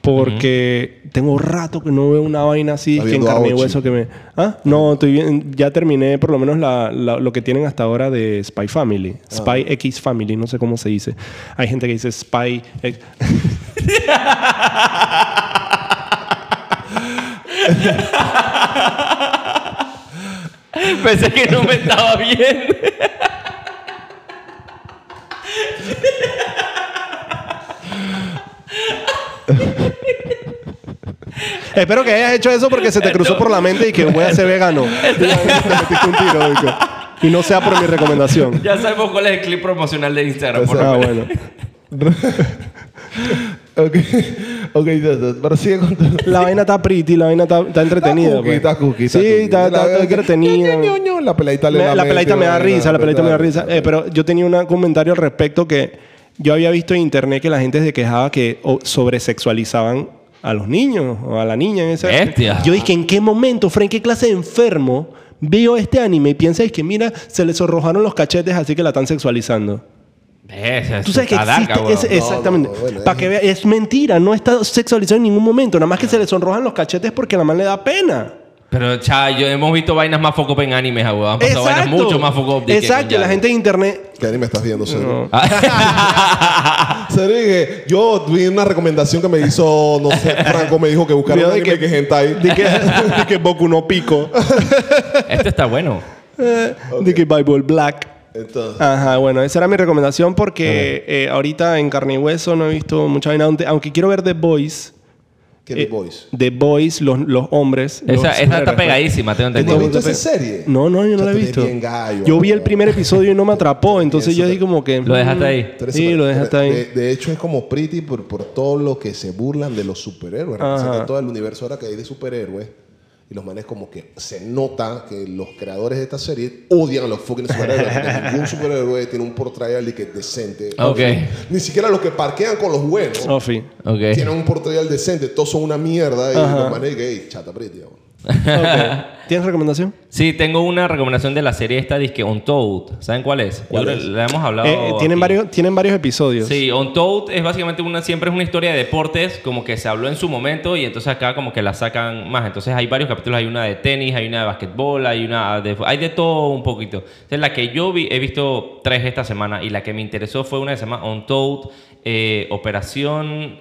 Porque tengo rato que no veo una vaina así Está que en viendo carne y Aochi. hueso que me. Ah, no, estoy bien. Ya terminé por lo menos la- la- lo que tienen hasta ahora de Spy Family. Ah. Spy X Family, no sé cómo se dice. Hay gente que dice Spy X. Pensé que no me estaba viendo. Espero que hayas hecho eso porque se te cruzó por la mente y que voy a ser vegano. Y te metiste un tiro, digo. Y no sea por mi recomendación. Ya sabemos cuál es el clip promocional de Instagram. por Ah, favor. bueno. Ok, ok, pero sigue contando. La vaina está pretty, la vaina está, está entretenida. Está cookie, pues. está cookie, sí, cookie. está, La está- está verdad que- entretenida. Ño, Ño, Ño, La peladita le Me- la mente, peladita me da vaina, risa, la peladita me da ¿verdad? risa. Eh, pero yo tenía una- un comentario al respecto que yo había visto en internet que la gente se quejaba que o- sobresexualizaban a los niños o a la niña. En esa- Bestia. Yo dije, ¿en qué momento, Frank, qué clase de enfermo veo este anime y piensa es que mira, se les arrojaron los cachetes así que la están sexualizando? Esa, Tú sabes que está dark, existe. eh, weón. es- exactamente. No, no, bueno, Para es- que vea, es mentira, no está sexualizado en ningún momento. Nada más Ah. que se le sonrojan los cachetes porque a la man le da pena. Pero, cha, yo hemos visto vainas más foco en animes, weón. Han pasado vainas mucho más foco Exacto, la gente de internet. ¿Qué anime estás viendo, Cedric? Cedric, eh, yo vi una recomendación que me hizo, no sé, Franco me dijo que buscara Veo un de anime que, que- hentai. De que, de que Boku no pico. Esto está bueno. De que Bible Black. Entonces, Ajá, bueno, esa era mi recomendación porque eh, ahorita en carne y hueso no he visto mucha vaina. Aunque- Aunque quiero ver The Boys. Kenny eh, Boys. The Boys, los, los hombres. los- Esa, esa está pegadísima, tengo ¿No has entendido. visto esa serie? eh, No, no, yo no Ya la he tú eres visto. bien gallo, yo vi el bro. primer episodio y no me atrapó, entonces yo dije como que... mm, Lo dejaste ahí. Tú eres Sí, super- lo dejaste ahí. De, de hecho, es como Pretty por, por todo lo que se burlan de los superhéroes. Ajá. Representa todo el universo ahora que hay de superhéroes. Y los manes como que se nota que los creadores de esta serie odian a los fucking superhéroes. porque ningún superhéroe tiene un portrayal y que es decente. Ah, Ok. Ni siquiera los que parquean con los buenos Ofi. tienen Ok. un portrayal decente. Todos son una mierda. Y Ajá. los manes que, "Ey, chata Pretty. bro". Ok. ¿Tienes recomendación? Sí, tengo una recomendación de la serie esta, disque On Toad. ¿Saben cuál es? Yo ¿Cuál creo es? que La hemos hablado. Eh, tienen, aquí. varios, tienen varios episodios. Sí, On Toad es básicamente una, siempre es una historia de deportes, como que se habló en su momento y entonces acá como que la sacan más. Entonces hay varios capítulos, hay una de tenis, hay una de basquetbol, hay una de... Hay de todo un poquito. Entonces la que yo vi, he visto tres esta semana y la que me interesó fue una que se llama On Toad, eh, Operación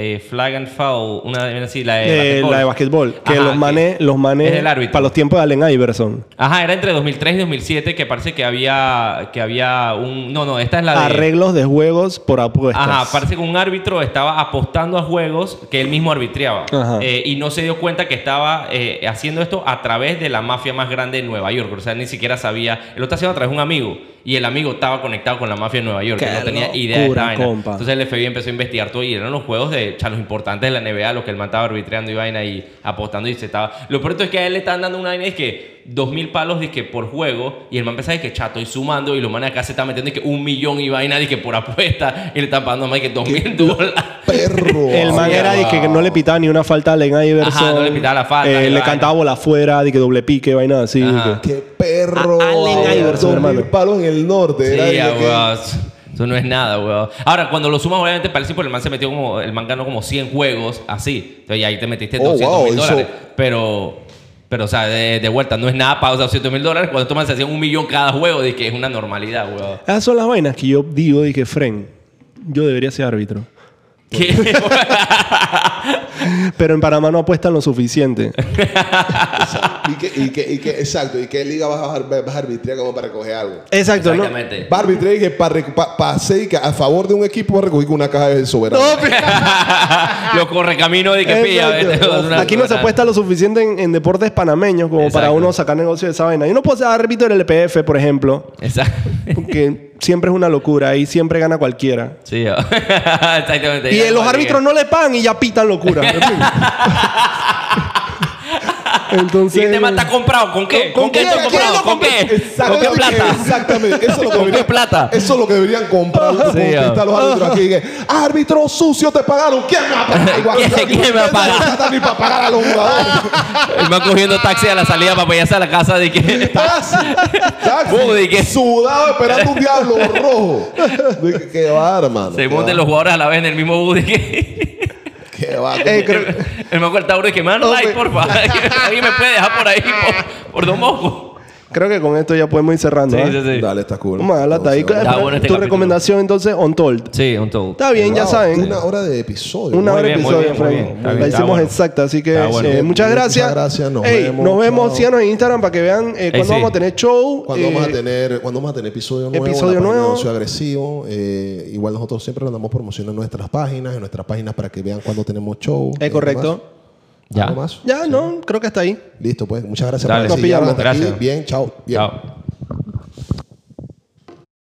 eh, Flag and Foul, una de... Sí, la de... Eh, basquetbol. la de basquetbol. Que Ajá, los manes, los manes es el árbitro. para los tiempos de Allen Iverson. Ajá, era entre 2003 y 2007 que parece que había, que había un... No, no, esta es la de... Arreglos de juegos por apuestas. Ajá, parece que un árbitro estaba apostando a juegos que él mismo arbitriaba. Ajá. Eh, y no se dio cuenta que estaba eh, haciendo esto a través de la mafia más grande de Nueva York. O sea, ni siquiera sabía. Él lo está haciendo a través de un amigo. Y el amigo estaba conectado con la mafia de Nueva York. Qué que no tenía idea locura, de esta vaina. compa. Entonces el FBI empezó a investigar todo. Y eran los juegos de chalos importantes de la NBA, los que el man estaba arbitreando y vaina y apostando. Y se estaba. Lo pronto es que a él le están dando una vaina y es que. Dos mil palos dizque, por juego y el man pensaba que chato y sumando y los manes acá se están metiendo que un millón y vaina que por apuesta y le están pagando más que dos mil dólares. Perro. El man Sí, era de que no le pitaba ni una falta a Allen Iverson. Ajá, no le pitaba la falta, Eh, y le vaina. cantaba bola afuera, de que doble pique, vaina así. de Ajá. que- Qué perro. A- Allen bro. Iverson, Dos hermano. mil palos en el norte. Sí, era de que- weón. Eso no es nada, weón. Ahora, cuando lo sumas, obviamente parece porque el man se metió como. El man ganó como 100 juegos, así. Entonces ahí te metiste Oh, 200 mil wow, dólares. eso- Pero. Pero, o sea, de, de vuelta, no es nada para 200 mil dólares. Cuando toman se hacían un millón cada juego, de que es una normalidad, weón. Esas son las vainas que yo digo, dije, Fren, yo debería ser árbitro. Pues ¿Qué? Pero en Panamá no apuestan lo suficiente. y, que, y, que, y que, exacto, y qué liga vas a, ar- vas a arbitrar como para recoger algo. Exacto, ¿no? Exactamente. Va a arbitrar y que para pa, pa hacer y que a favor de un equipo va a recoger una caja de soberano. Los correcaminos de que pilla. Exacto. ¿ves? Es una Aquí no se locura. apuesta lo suficiente en, en deportes panameños como para Exacto. uno sacar negocio de esa vaina. Yo no puedo ser árbitro del LPF, por ejemplo, Exacto. porque siempre es una locura y siempre gana cualquiera. Sí, weón. exactamente. Y Ya eh, los vale. árbitros no le pagan y ya pitan locura. En fin. Entonces- ¿Y qué tema está comprado? ¿Con qué? ¿Con ¿Con, qué quién? está ¿Quién comprado? lo ¿Con qué? ¿Con qué Exactamente, plata? Exactamente. Eso es lo que ¿Con deberían, qué plata? Eso es lo que deberían comprar los Sí, ah. deportistas, los árbitros aquí. que, árbitro sucio, te pagaron. ¿Quién me va a pagar? Igual, ¿Quién- quién me va a pagar? plata Ni para pagar a los jugadores. El man cogiendo taxi a la salida para apoyarse a la casa de que... Taxi, taxi, Uy, ¿de qué? Sudado esperando un diablo rojo. De que- Qué va, hermano. Se qué monten va, los jugadores a la vez en el mismo bus de que... Qué va. Ey, eh, creo- El el man con el tauro de que man Hombre. like, porfa. Alguien me puede dejar por ahí, por, por dos mocos. Creo que con esto ya podemos ir cerrando. Sí, ¿eh? sí, sí. Dale, está cool. Vamos a darle hasta ahí. Entonces, Está bueno este tu capítulo. recomendación entonces, On Told. Sí, un todo. Está bien, ya wow, saben. Una hora de episodio. Una Muy hora de bien, muy episodio, bien, Frank. muy bien. Está bien, La está hicimos bueno. exacta, así que Está bueno. eh, muchas Muchas gracias. gracias, nos Ey, vemos, Nos vemos, chao. síganos en Instagram para que vean eh, cuándo sí. vamos a tener show. Cuando eh, vamos a tener, cuando vamos a tener episodio nuevo, Episodio la página nuevo. de Ocio agresivo. eh, igual nosotros siempre andamos promocionando nuestras páginas, en nuestras páginas para que vean cuando tenemos show. eh, Es eh, correcto. Ya. ¿Algo más? Ya, no, creo que hasta ahí. Listo, pues. Muchas gracias Dale. por Nos pillamos. Hasta aquí. Gracias. Bien, chao. Bien. Chao.